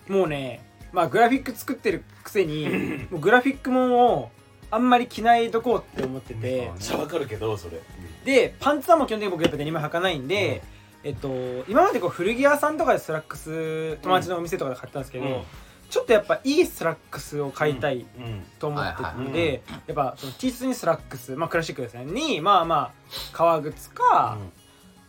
C: うん。
B: もうねまあグラフィック作ってるくせにもうグラフィックもんをあんまり着ないとこうって思ってて、
C: じゃわかるけどそれ。
B: でパンツはもう基本的に僕やっぱデニム履かないんで、えっと今までこう古着屋さんとかでスラックス友達のお店とかで買ったんですけど、
C: うん
B: ちょっとやっぱいいスラックスを買いたい
C: うん。
B: と思ってたの
C: はいは
B: で、やっぱその T シャツにスラックス、まあ、クラシックですねにまあまあ革靴か、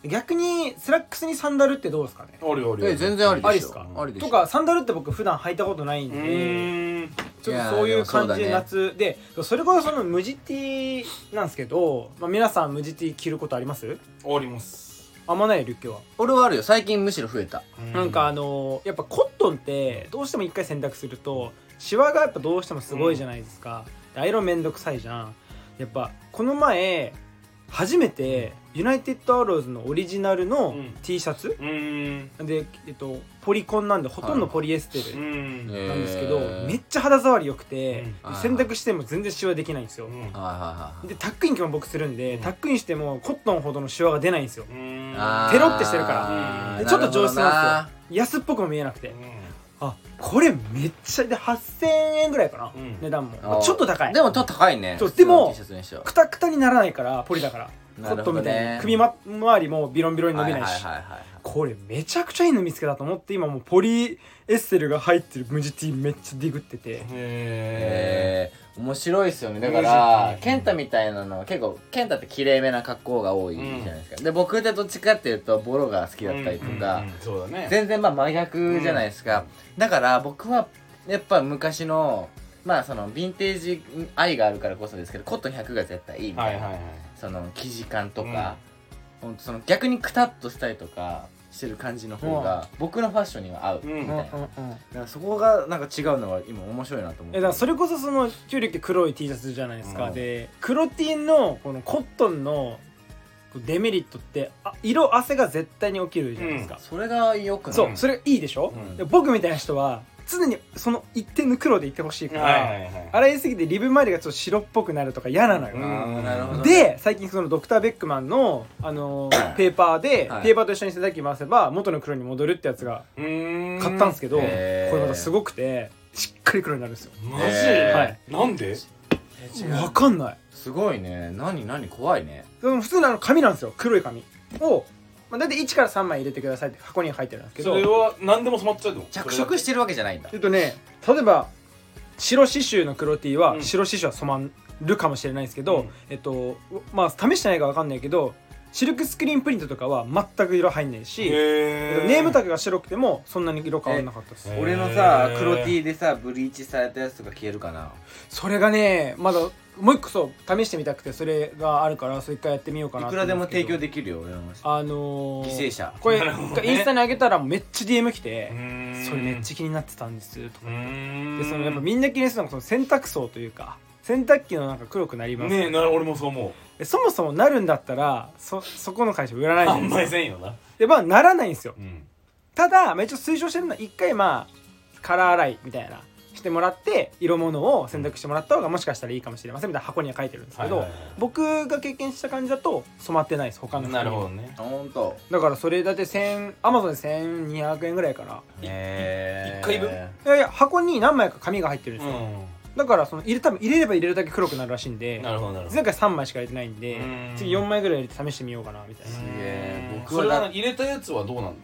B: 逆にスラックスにサンダルってどうですかね
C: あるよあるよ。
A: え全然ありですよ
B: ありっすか
A: ありでしょ
B: とかサンダルって僕普段履いたことないん
C: う
B: で
C: ーん。
B: ちょっとそういう感じ
A: い
B: で
A: やーでも
B: 夏で,、それこそその無地 T なんですけど、まあ、皆さん無地 T 着ることあります
C: おります、
B: あんまないリュッケは、
A: 俺はあるよ最近むしろ増えた
B: なんかあのーやっぱコットンってどうしても一回洗濯するとシワがやっぱどうしてもすごいじゃないですか、でアイロンめんどくさいじゃんやっぱこの前初めてユナイテッドアローズのオリジナルの
C: うん
B: T シャツ、
C: うーん
B: で、えっと、ポリコンなんでほとんどポリエステル、
C: うーん
A: ね
B: なんですけ
A: へ
B: ど、
A: ー
B: めっちゃ肌触り良くて、
A: うん
B: 洗濯しても全然シワできないんですよ、
C: うん
A: はいはいはい
B: でタックイン今日僕するんで、
C: うん
B: タックインしてもコットンほどのシワが出ないんですよ
C: うーん
A: あー
B: ペロってしてるから
A: あー
B: でちょっと上質な
A: なんる
B: ですよ安っぽくも見えなくて
C: う
B: あこれめっちゃで8000円ぐらいかな、
C: うん
B: 値段も、
A: ほどな
B: ちょっと高い
A: でもちょっと高いね
B: そうで
A: 普通の
B: も
A: T シャツにしては
B: くたくたにならないからポリだから、コ
A: な
B: ッ
A: るほ
B: トン
A: ど
B: みたい
A: ね
B: に首ま周りもビロンビロンに伸びないし、
A: はいはいはいはい
B: これめちゃくちゃいいの見つけたと思って今もうポリエッセルが入ってる無地 T めっちゃディグってて
C: んへえ
A: えー面白いですよねだから健太みたいなのは結構健太って綺麗めな格好が多いじゃないですか、で僕ってどっちかっていうとボロが好きだったりとか、
C: うんうんうんそうだ ね
A: 全然まあ真逆じゃないですか、だから僕はやっぱ昔のまあそのヴィンテージ愛があるからこそですけどコットン100が絶対いいみ
C: は
A: た
C: い
A: い
C: はい
A: な、
C: はい
A: その生地感とか、ほんとその逆にくたっとしたりとかしてる感じの方が僕のファッションには合うみたいな、だからそこがなんか違うのが今面白いなと思って
B: えだからそれこそそのキュウリって黒い T シャツじゃないですか、
A: うん
B: で黒 T のこのコットンのこうデメリットってあ色汗が絶対に起きるじゃないですか、
A: それがよくない
B: そうそれいいでしょ、
C: うん
B: で僕みたいな人は常にその一点の黒でいてほしいから、
C: はいはいはい
B: 洗いすぎてリブ周りがちょっと白っぽくなるとか嫌なのよ、
A: うんなるほど
B: で最近そのドクター・ベックマンの、あのーペーパーで、
A: はい
B: ペーパーと一緒に洗濯機回せば元の黒に戻るってやつが
C: うーん
B: 買ったんですけど、
A: うんへー
B: これまたすごくてしっかり黒になるんですよ
C: マジ、
A: えー
B: はい
C: なんで
B: わかんない
A: すごいね何何怖いね
B: でも普通のあの紙なんですよ黒い紙を、まあ、大体1から3枚入れてくださいって箱に入ってるんですけ
C: そ
B: ど
C: れは何でも染まっちゃうってこと
A: 着色してるわけじゃないんだ
B: えっとね例えば白刺繍の黒 T は、
C: うん
B: 白刺繍は染まるかもしれないですけど、
C: うん
B: えっとまあ試してないかわかんないけどシルクスクリーンプリントとかは全く色入んないし、えっとネームタグが白くてもそんなに色変わらなかったです、
C: えー
A: 俺のさ黒 T でさブリーチされたやつとか消えるかな
B: それがねまだもう一個そう試してみたくてそれがあるからそれ一回やってみようかないと
A: く
B: 思う
A: ら
B: ん
A: でも
B: すけど
A: 提供できるよ俺の話
B: あのー、
A: 犠牲者
B: これ
C: なるほどね
B: インスタに上げたらめっちゃ DM 来て
C: ー
B: それめっちゃ気になってたんですとか
C: うーん
B: でそのやっぱみんな気にするのがその洗濯槽というか洗濯機のなんか黒くなります
C: ねえな俺もそう思
B: でそもそもなるんだったらそそこの会社売らな
C: う
B: いじゃ
C: 販
B: ないで
C: 売
B: すか
C: せんよな
B: でまあならないんですよ
C: うん
B: ただまあ一応推奨してるのは一回まあ空洗いみたいなしてもらって色物を洗濯してもらった方がもしかしたらいいかもしれませんみたいな箱には書いてるんですけど、
C: はいはいはい
B: 僕が経験した感じだと染まってないです他の人に
C: なるほどね
A: あほんと
B: だからそれだって1000アマゾンで1200円ぐらいかな
A: え
C: 一回分
B: いやいや箱に何枚か紙が入ってるんですよ、
C: う
B: だからその入れ多分入れれば入れるだけ黒くなるらしいんで
C: んなるほどなるほど
B: 前回3枚しか入れてないんで
C: うん
B: 次4枚ぐらい入れて試してみようかなみたいな
A: げえ僕
C: そ
A: は
C: れ
A: だ
C: は入れたやつはどうなの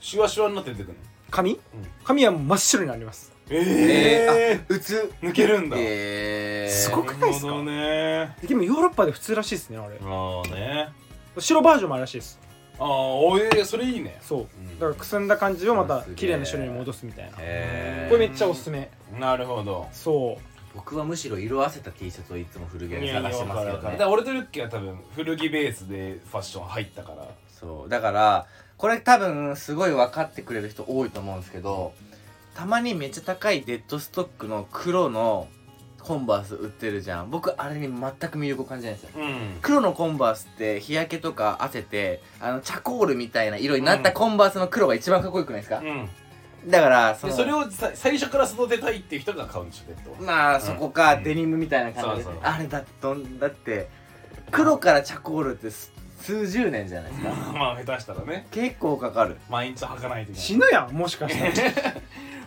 C: シワシワになって出てくるの
B: 紙紙は真っ白になります
A: え
C: え
A: ー、あうつ
C: 抜けるんだ
A: えー、
B: すごくないっすか
C: なるほどね
B: でもヨーロッパで普通らしいですねあれ
C: ああね
B: 白バージョンもあるらしいです
C: ああおえそれいいね
B: そう
C: うん
B: だからくすんだ感じをまた
A: あすげえ
B: 綺麗な白に戻すみたいなこ
A: えー、
B: れめっちゃおすすめ
C: なるほど
B: そう
A: 僕はむしろ色あせた T シャツをいつも古着屋
C: い
A: で
C: やいや
A: 探してますけ
C: わ
A: ど
C: かるわかるだ
A: ね
C: から俺とルッキーは多分古着ベースでファッション入ったから
A: そうだからこれ多分すごい分かってくれる人多いと思うんですけどたまにめっちゃ高いデッドストックの黒のコンバース売ってるじゃん僕あれに全く魅力を感じないんですよ
C: うん
A: 黒のコンバースって日焼けとか汗てあのチャコールみたいな色になったコンバースの黒が一番かっこよくないですか、
C: うん
A: だからそ
C: で
A: の
C: それをさ最初から育てたいっていう人が買うんでしょベッドは
A: まあそこか、
C: うん
A: デニムみたいな感じで
C: そうそう
A: あれだってどんだって黒からチャコールってす数十年じゃないですか
C: まあ下手したらね
A: 結構かかる
C: 毎日履かないといけ
B: 死
C: ない
B: ぬやんもしかしたら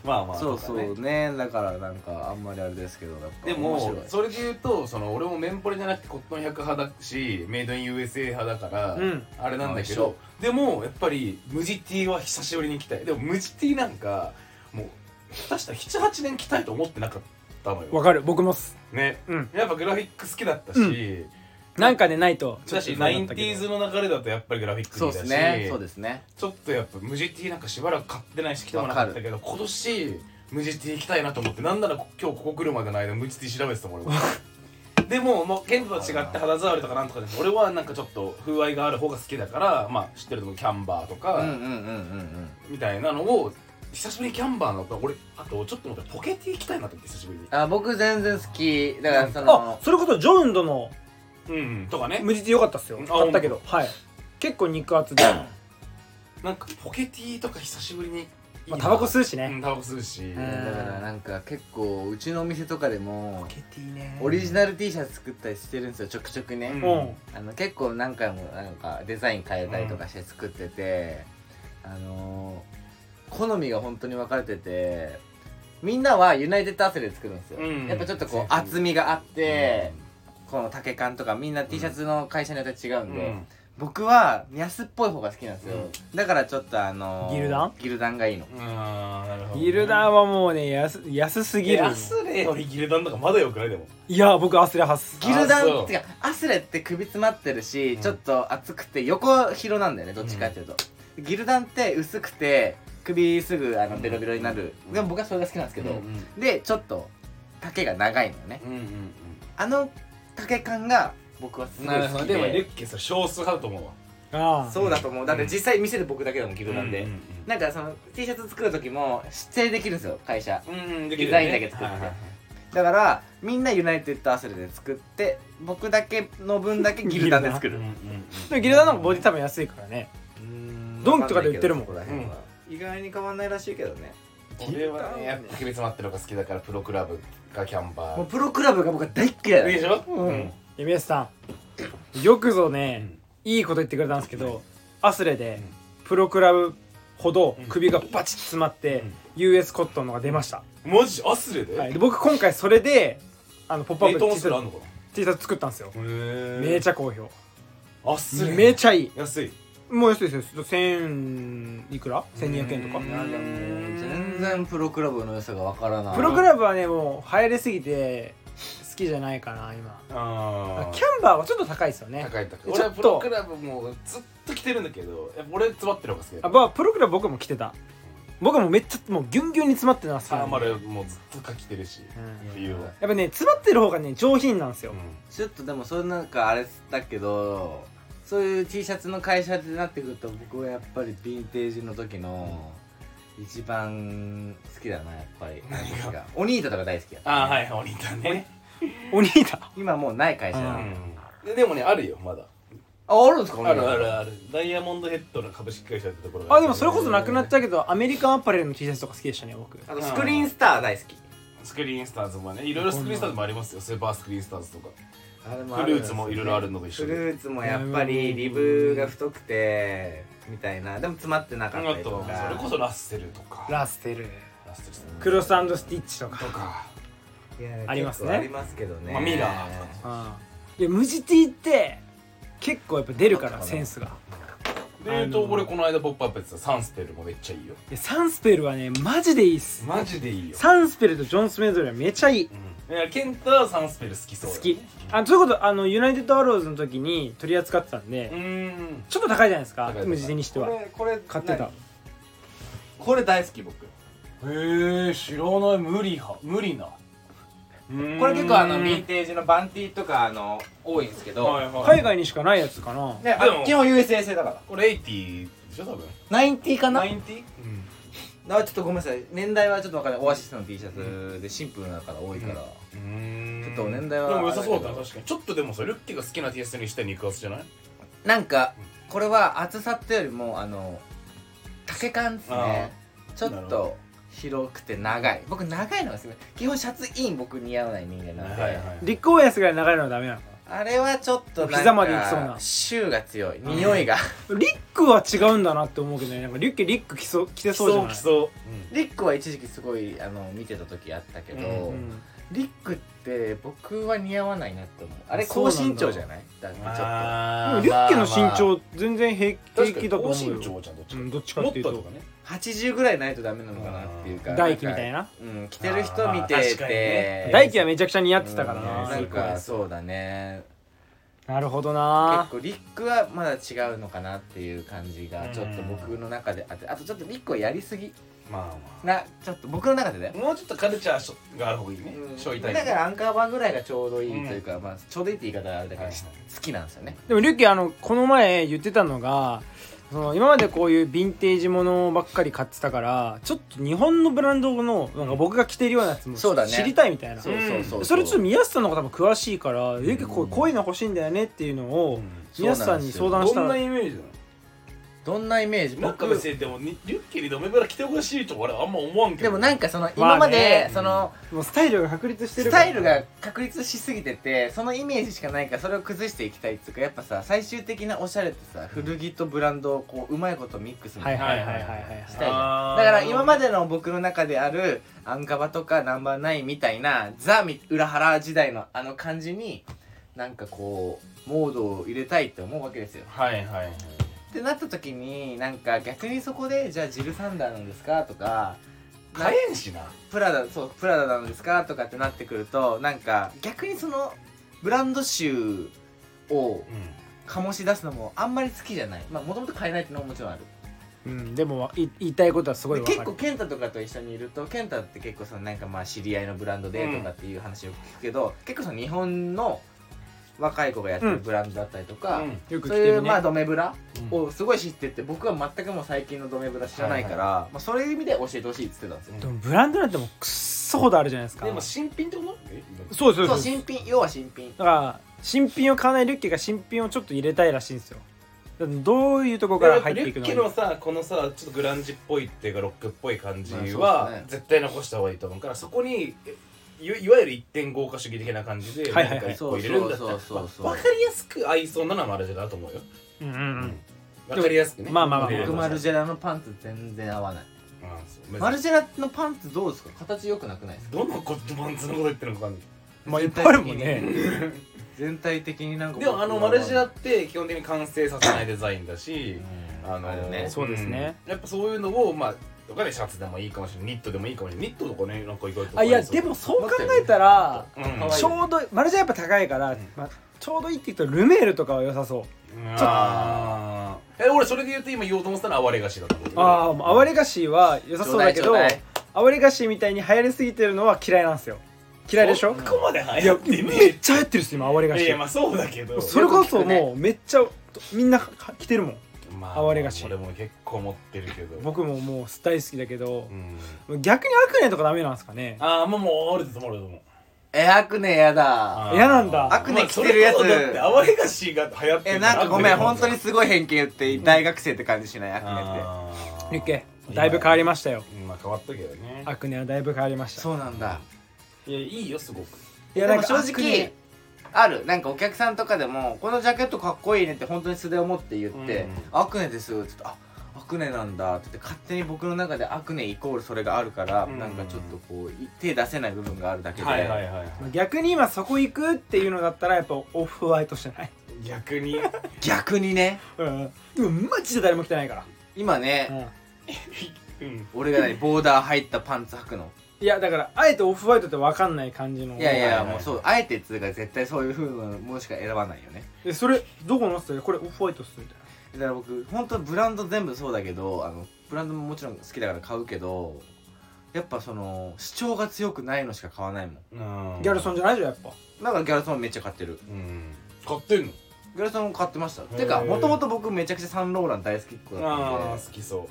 C: まあまあ
A: そうそ
C: だね
A: うねだからなんかあんまりあれですけどやっぱ
C: で
A: 面
C: も
A: 白い
C: それで言うとその俺もメンポレじゃなくてコットン100派だしメイドイン USA 派だから、
B: うん
C: あれなんだけ
A: まあ
C: どでもやっぱり無地 T は久しぶりに着たいでも無地 T なんかもう下手したら78年着たいと思ってなかったの
B: わ
C: よ
B: かる僕もっす
C: ね
B: うん
C: やっぱグラフィック好きだったし、
B: うなんかでないと
C: だしナインティーズの流れだとやっぱりグラフィック
A: そう
C: 見
A: で
C: た
A: す
C: し、
A: ねそうですね
C: ちょっとやっぱ無地 T なんかしばらく買ってないし着てもなかったけど今年無地 T 行きたいなと思ってなんなら今日ここ来るまでの間無地 T 調べてたもん俺はでももうケントと違って肌触りとかなんとかでも俺はなんかちょっと風合いがある方が好きだからまあ知ってると思うキャンバー
A: う
C: と
A: んうん
C: か
A: うんうんうん
C: みたいなのを久しぶりにキャンバーの俺あとちょっと待ってポケティ行きたいなと思って久しぶりに
A: あ僕全然好きだからそ
B: あ
A: の
B: それこそジョウンドの
C: うんとかね
B: 無地で良かったっすよ
C: あ
B: 買ったけどはい結構肉厚で
C: なんかポケティとか久しぶりにいい
B: ま
C: な
B: あタバコ吸うし
C: う
B: ね
C: んタバコ吸うし
B: う
A: だ
B: ん
A: からなんか結構うちのお店とかでも
B: ケティね
A: オリジナル T シャツ作ったりしてるんですよちょくちょくね、
C: う
B: うんん
A: あの結構何回もなんかデザイン変えたりとかして作ってて、あのー好みが本当に分かれててみんなはユナイテッドアセで作るんですよ、
C: うん
A: やっぱちょっとこう
C: そう
A: 厚みがあって、この丈感とかみんな T シャツの会社によって違う
C: うんん
A: で、僕は安っぽい方が好きなんですよ、だからちょっとあのー
B: ギルダン
A: ギルダンがいいの
C: うんなるほど
B: ギルダンはもうね安安すぎ
C: ギ
B: る
C: ルスレよりギルダンとかまだよくないでも
B: いや僕アスレ派っす
A: ギルダ
C: あそ
A: ン
C: う
A: てかアスレって首詰まってるし、
C: うん
A: ちょっと厚くて横広なんだよねどっちかっていうと、ギルダンって薄くて首すぐあのベロベロになる、
C: うん
A: でも僕はそれが好きなんですけ
C: け
A: ど、
C: どうん
A: でちょっと丈が長いのね
C: うんうん
A: あの丈感が僕はすごい好き
C: で
A: で
C: もリュッケさ少数派だと思うわ
B: あ
A: そうだと思うだって実際店で僕だけだもんギルダンで、
C: うん
A: なんかその T シャツ作る時も指定できるんですよ会社
C: うんうん
A: デザインだけ作ってだからみんなユナイテッドアスレで作って僕だけの分だけギルダンで作
C: う
A: る
C: んうん
B: でもギルダンの方がボディ多分安いからねドンとかで売ってるもん
A: ここら辺は意外に変わんないらしいけどね
C: 俺はねやっぱ秘密待ってるのが好きだからプロクラブかキャンバ
A: もう
C: ー
A: プロクラブが僕は大っ嫌い
C: で
A: だ
C: しょ
A: うん
B: 皆さんよくぞねいいこと言ってくれたんですけどアスレでプロクラブほど首がバチッと詰まって
C: うん
B: US コットンのが出ました、
C: マジアスレで
B: はい、で僕今回それであのポップア
C: 冷
B: ップ
C: 凍
B: で
C: ア
B: T
C: ス
B: シ
C: レあん
B: ャ
C: のか
B: ツ T シャツ作ったんですよ
C: なへ
B: めち
C: ゃ
B: ゃ好評
C: アスレ
B: めちゃいい
C: 安い
B: もう安いですよ1000いくら1200円とか
C: うん
A: なんかもう全然プロクラブの良さがわからない
B: プログラブはねもう入れすぎて好きじゃないかな今
C: あ
B: キャンバーはちょっと高いですよね
C: 高い高い
B: ちょっと
C: 俺はプロクラブもうずっと着てるんだけどやっぱ俺詰まってるのが好き
B: あ
C: だ
B: まあプログラブ僕も着てた僕もめっちゃもうギュンギュンに詰まってるのは好き
C: サー
B: なん
C: マ
B: でや
C: ルもうずっとか着てるし
B: うん
C: 冬は
B: っぱね詰まってる方がね上品なんですよ、
A: ちょっとでもそれなんかあれだけどそういう T シャツの会社ってなってくると僕はやっぱりヴィンテージの時の一番好きだなやっぱり
C: 何が
A: オニータとか大好きや
C: ああはいお兄ちゃんね
B: お兄 だ
A: 今もうない会社だな
B: うん
C: ででもねあるよまだ
A: ああるんですかお兄
C: あ
A: 太
C: るあるあるダイヤモンドヘッドの株式会社ってところが
B: あでもそれこそなくなっちゃうけどアメリカンアパレルの T シャツとか好きでしたね僕
A: あとスクリーンスター大好き
C: スクリーンスターズもねいろいろスクリーンスターズもありますよスーパースクリーンスターズとか
A: あれもあ
C: フ
A: るん
C: ル
A: で
C: ー
A: す
C: ツ
A: よ
C: もいろいろあるのと一緒
A: フ
C: で
A: ルーツもやっぱりリブが太くてみたいなでも詰まってな
C: あと
A: かったりとか
C: それこそラッセルとか
B: ラステル
C: ラッセルさん
B: クロススティッチと
C: と
B: か
C: か
A: いや
B: ありますね
A: 結構ありますけどね、
C: まあミラーとか
B: うんいや無地 T って結構やっぱ出るからセンスが
C: で言うと俺この間「ポップアップやってたサンスペルもめっちゃいいよ
B: いやサンスペルはねマジでいいっす
C: マジでいいよ
B: サンスペルとジョン・スメドレーはめちゃいい
C: うんいやケントはサンスペル好きそうだ
B: 好
C: よ
B: きあそういうことあのユナイテッドアローズの時に取り扱ってたんで
C: うーん
B: ちょっと高いじゃないですか
C: 高い高い
B: 無地にしては
A: これ
B: 買ってた
A: これ大好き僕
C: へえ知らない無理派無理なこ
A: これ結構あのヴィンテージのバンティとかあの多いんですけど、
C: はいはい
B: 海外にしかないやつかな
A: であ
C: でも
A: 基本 USA 製だから
C: これ80でしょ多分
A: ナインティかな
C: 90? うん
A: あちょっとごめんなさい年代はちょっとわかんないオアシスの T シャツでシンプルだから多いから、
C: うーん
A: ちょっと年代は
C: でも良さそうだな確かにちょっとでもさルッケが好きな TS にしては肉厚じゃない
A: なんかこれは厚さってよりもあの丈感ですねちょ
C: なる
A: っ
C: ほど
A: と広くて長い僕長いのが好き基本シャツイン僕似合わない人間なんで、
B: リックオーヤスぐらい長いのはダメなのか
A: あれはちょっとなんか
B: 膝まで行きそうな
A: 臭が強い
C: ん
A: 匂いが、
B: なリックは違うんだなって思うけどねなんかリュッケリック着そう着て
C: 来
B: そうじゃ
C: そう
B: ない
C: 来そう
A: リックは一時期すごいあの見てた時あったけど、
C: うん
B: うん
A: リックって僕は似合わないなって思うあれ
B: あそう
A: 高
B: なんだ
A: 身長じゃないだからちょっと
B: で
C: あ
B: も
C: ー
B: リュッケの身
C: まあまあ
B: 長全然平
C: 確
B: 平
C: か
B: 気
C: に
B: だと
C: 高
B: 思う
C: 身
B: よ
C: 長じゃんどっち
B: うんどっちか
C: か
B: っ
C: もって
B: いう
C: と
B: と
C: とかね
A: 80ぐらいないとダメなのかなっていうか
B: 大輝みたい
A: な
B: な
A: うん着てる人見て
C: あー確かに
A: て
C: ね
B: 大輝はめちゃくちゃ似合ってたから
A: うん
B: な
A: なん
C: すごい
A: かそうだね
B: なるほどな
A: 結構リックはまだ違うのかなっていう感じがちょっと僕の中であってあとちょっとリックをやりすぎ
C: まあま
A: なちょっと僕の中でだよ
C: あもうちょっとカルチャーしょがある方がいいねしょいたい
A: だからアンカーバーぐらいがちょうどいいというか、まあちょうどいいって言い方はあれだから、
C: はいはい
A: 好きなんですよね
B: でもリュッキーあのこの前言ってたのがその今までこういうヴィンテージものばっかり買ってたからちょっと日本のブランドのなんか僕が着てるようなやつも
A: そうだね
B: 知りたいみたいな
A: そうそうそうう
B: それちょっと宮下さんの方も詳しいから、ゆうきこうこういうの欲しいんだよねっていうのを
A: そうな
B: 宮
A: んですよ
B: 下さんに相談し
C: ど
B: た
C: ん
B: ら
C: なイメージなの
A: どんなイメージ
C: なんか別にでもにリュッキーにドメブラ着てほしいとか俺はあんま思わんけど
A: でもなん
C: か
A: かその
B: まあね
A: 今までその
B: もうスタイルが確立して
A: ス
B: るから
A: タイルが確立しすぎててそのイメージしかないからそれを崩していきたいっていうかやっぱさ最終的なおしゃれってさ古着とブランドをこううまいことミックスみた
B: はい
A: いな
B: はいはいはいはい
A: したいじゃんだから今までの僕の中であるアンカバとかナンバーナインみたいなザ・裏腹時代のあの感じになんかこうモードを入れたいって思うわけですよ
C: はいはい
A: ってなった時になんか逆にそこでじゃあジルサンダーなんですかとか
C: 買えんしな
A: プラダそうプラダなんですかとかってなってくるとなんか逆にそのブランド集を醸し出すのもあんまり好きじゃないまあもともと買えないってのももちろんある
B: うん、でもい言いたいことはすごい
A: で
B: わかる
A: 結構健太とかと一緒にいると健太って結構そのなんかまあ知り合いのブランドでとかっていう話を聞くけど、結構その日本の若い子がやってるブランドだったりとか、
C: うん
B: よく着
A: そう
B: て
A: い
B: る
A: うまあ
B: ね
A: ドメブラ
C: うん
A: をすごい知ってて僕は全くもう最近のドメブラ知らないから、
C: は
A: まあ、そういう意味で教えてほしいって言ってたんですよ、
B: でもブランドなんてもうくっそほどあるじゃないですか
C: でも新品ってこと
B: そうそ
A: そ
B: うそうう
A: 新品要は新品
B: だから新品を買わないリュッケが新品をちょっと入れたいらしいんですよだからどういうところ
C: だ
B: か
C: から
B: 入
C: ら
B: って
C: リ
B: いく
C: ュッ
B: の
C: キー
B: か
C: のさこのさちょっとグランジっぽいっていうかロックっぽい感じ
A: まあそうです
C: は
A: ね
C: 絶対残した方がいいと思うからそこにえいわいわゆる一点豪華主義的な感じで
B: はいはいはい
C: なんか一個入れるんだった
A: そう
C: ら
A: そうそうそう
C: わかりやすく合いそうなのはマルジェラだと思うよ
B: うんうん
C: わかりやすくね
B: まあまあまあ
C: 入れれ
A: 僕
C: ば
A: マルジェラのパンツ全然合わない
C: あそう
A: マルジェラのパンツどうですか形良くなくないですか
C: どのコットパンツのこと言ってるのかわかんない
B: うんまあいっぱいあるもんね
A: 全体的になんか
C: でもあのマルジェラって基本的に完成させないデザインだ
A: う
C: し、
A: ん
C: あの
A: あるね
B: そうですね
C: うんやっぱそういうのをまあとかねシャツでもいいかもしれないニットでもいいかもしれないニットとかねなんか意外と
B: あいやでもそう考えたら
C: うん
A: 可愛い
B: ちょうどマルジェラやっぱ高いから、まあ、ちょうどいいって言うとルメールとかは良さそう
C: あーえ俺それで言うと今言おうと思ってたのは哀れがしだと思う
B: ああもう哀れ菓子は良さそうだけど
A: ちょうだいちょう
B: 哀れ菓子みたいに流行りすぎてるのは嫌いなんですよ嫌いでしょ
C: そこまで
B: い
C: 流行
B: や
C: ってね
B: めっちゃ流行ってるっす今哀れ
C: え
B: 菓
C: いやいや
B: 子
C: まあそうだけど
B: それこそ
A: よく聞く
B: もうめっちゃみんな着てるもん
C: ま
B: 哀れがし
C: 俺も結構持ってるけど
B: 僕ももう大好きだけど
C: う、ん
B: 逆にアクネとかダメなんですかね
C: ああもうもう俺と思う俺と思う
A: えアクネやだ
C: あー
B: 嫌なんだ
A: アクネ着てるやつ
C: まあそれこそだって哀れがしが流行って
A: え
C: んだ
A: なんかごめん
C: アクネ
A: 本当にすごい偏見言って大学生って感じしないアクネって
C: あー
B: リュッケだいぶ変わりましたよ
C: まあ変わったけどね
B: アクネはだいぶ変わりました
A: そうなんだ
C: いやいいよすごく
A: い
B: い
A: やでも正
B: アクネ
A: 直あるなんかお客さんとかでも「このジャケットかっこいいね」って本当に素で思って言って
C: う
A: 「
C: ん
A: アクネです」って言って「あアクネなんだ」って言って勝手に僕の中でアクネイコールそれがあるから
C: うん
A: なんかちょっとこう手出せない部分があるだけで
C: はいはいはい
B: 逆に今そこ行くっていうのだったらやっぱオフホワイトしてない
C: 逆に
A: 逆にね
B: うん今マジで誰も着てないか
A: 今
B: ら、
A: ね
B: うん
C: うん
A: 俺が何ボーダー入ったパンツ履くの
B: いやだからあえてオフホワイトって分かんない感じの
A: いやい
C: はいは
A: や
C: いはい
A: もうそうあえてっつうか絶対そういう風なものしか選ばないよね
B: えそれどこのっすよこれオフホワイトっすみた
A: だ
B: い
A: から僕本当ブランド全部そうだけどあのブランドももちろん好きだから買うけどやっぱその主張が強くないのしか買わないもん
B: なギャルソンじゃないじゃんやっぱ
A: だからギャルソンめっちゃ買ってる
C: うん買ってんの
A: ギャルソン買ってましたてか
C: へー
A: もともと僕めちゃくちゃサンローラン大好きっ子だった
C: あ
A: ん
C: あ
A: で
C: 好きそ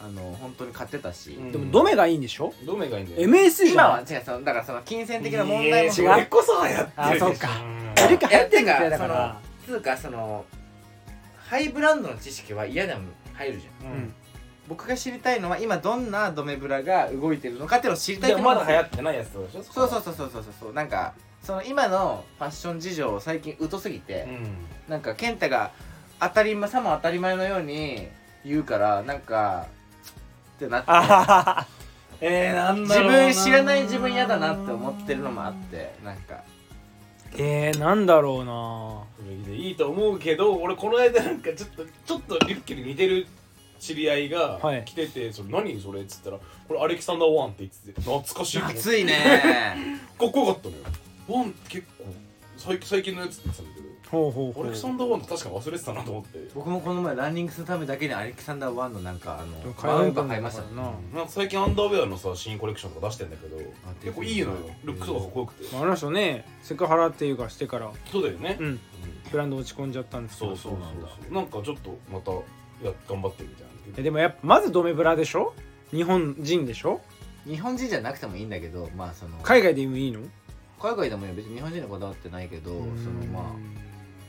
A: あの本当に買ってたし、
C: うん
B: でもドメがいいんでしょ
C: うどめがいいんだよ
B: MSC じゃん
A: 今は違うそのだからその金銭的な問題も
C: い
A: そ
C: やそれこそ流行ってるでしょ
B: あそっか
C: ん
B: リュッケ
A: いや
B: 入ってんだ
A: て
B: よ
A: か
B: だから
A: つうかそのハイブランドの知識は嫌でも入るじゃん
C: うん
A: 僕が知りたいのは今どんなドメブラが動いてるのかっていうのを知りたい
C: で
A: って
C: も
A: の
C: ま
A: が
C: だ流行ってないやつでしょ
A: そうそううそうそうそうそうそうなんかその今のファッション事情を最近疎すぎて、
C: ん
A: なんか健太が当たり前さも当たり前のように言うからなんかってなって
B: あは は
C: えーなんだ
A: 自
C: ろうな
A: 分知らない自分嫌だなって思ってるのもあってなんか
B: えー、なんだろうな
C: 古着でいいと思うけど俺この間なんかちょっとちょっとリュッケに似てる知り合いが
B: はい
C: 来てて、それ何それっつったらこれアレキサンダー・ワンって言ってて懐かしいと思って
A: 暑いね
C: かっこよかったのよワンって結構最最近のやつって言ってたんだけ
B: ほうほう
C: どアレクサンダーワンド確か忘れてたなと思って
A: 僕もこの前ランニングするためだけにアレキサンダー1のなんかあの
B: 買
A: マ
B: わ
A: ウ
B: な
A: ン
B: い
A: ト
B: と思う
A: 買いましたもん
B: な
C: なんか最近アンダーウェアのさ新コレクションとか出してんだけど結構いいのよルックとかかっこよくて、
B: まああの人ねセクハラっていうかしてから
C: そうだよね、
B: うんブランド落ち込んじゃったんですけ
C: そ
B: ど
C: うそうそうそうなんかちょっとまたや頑張ってるみたいな
B: えでもやっぱまずドメブラでしょ日本人でしょ
A: 日本人じゃなくてもいいんだけどまあその海
B: 海外でもいいの
A: 外でもいいよ別に日本人にこだわってないけどそのまあ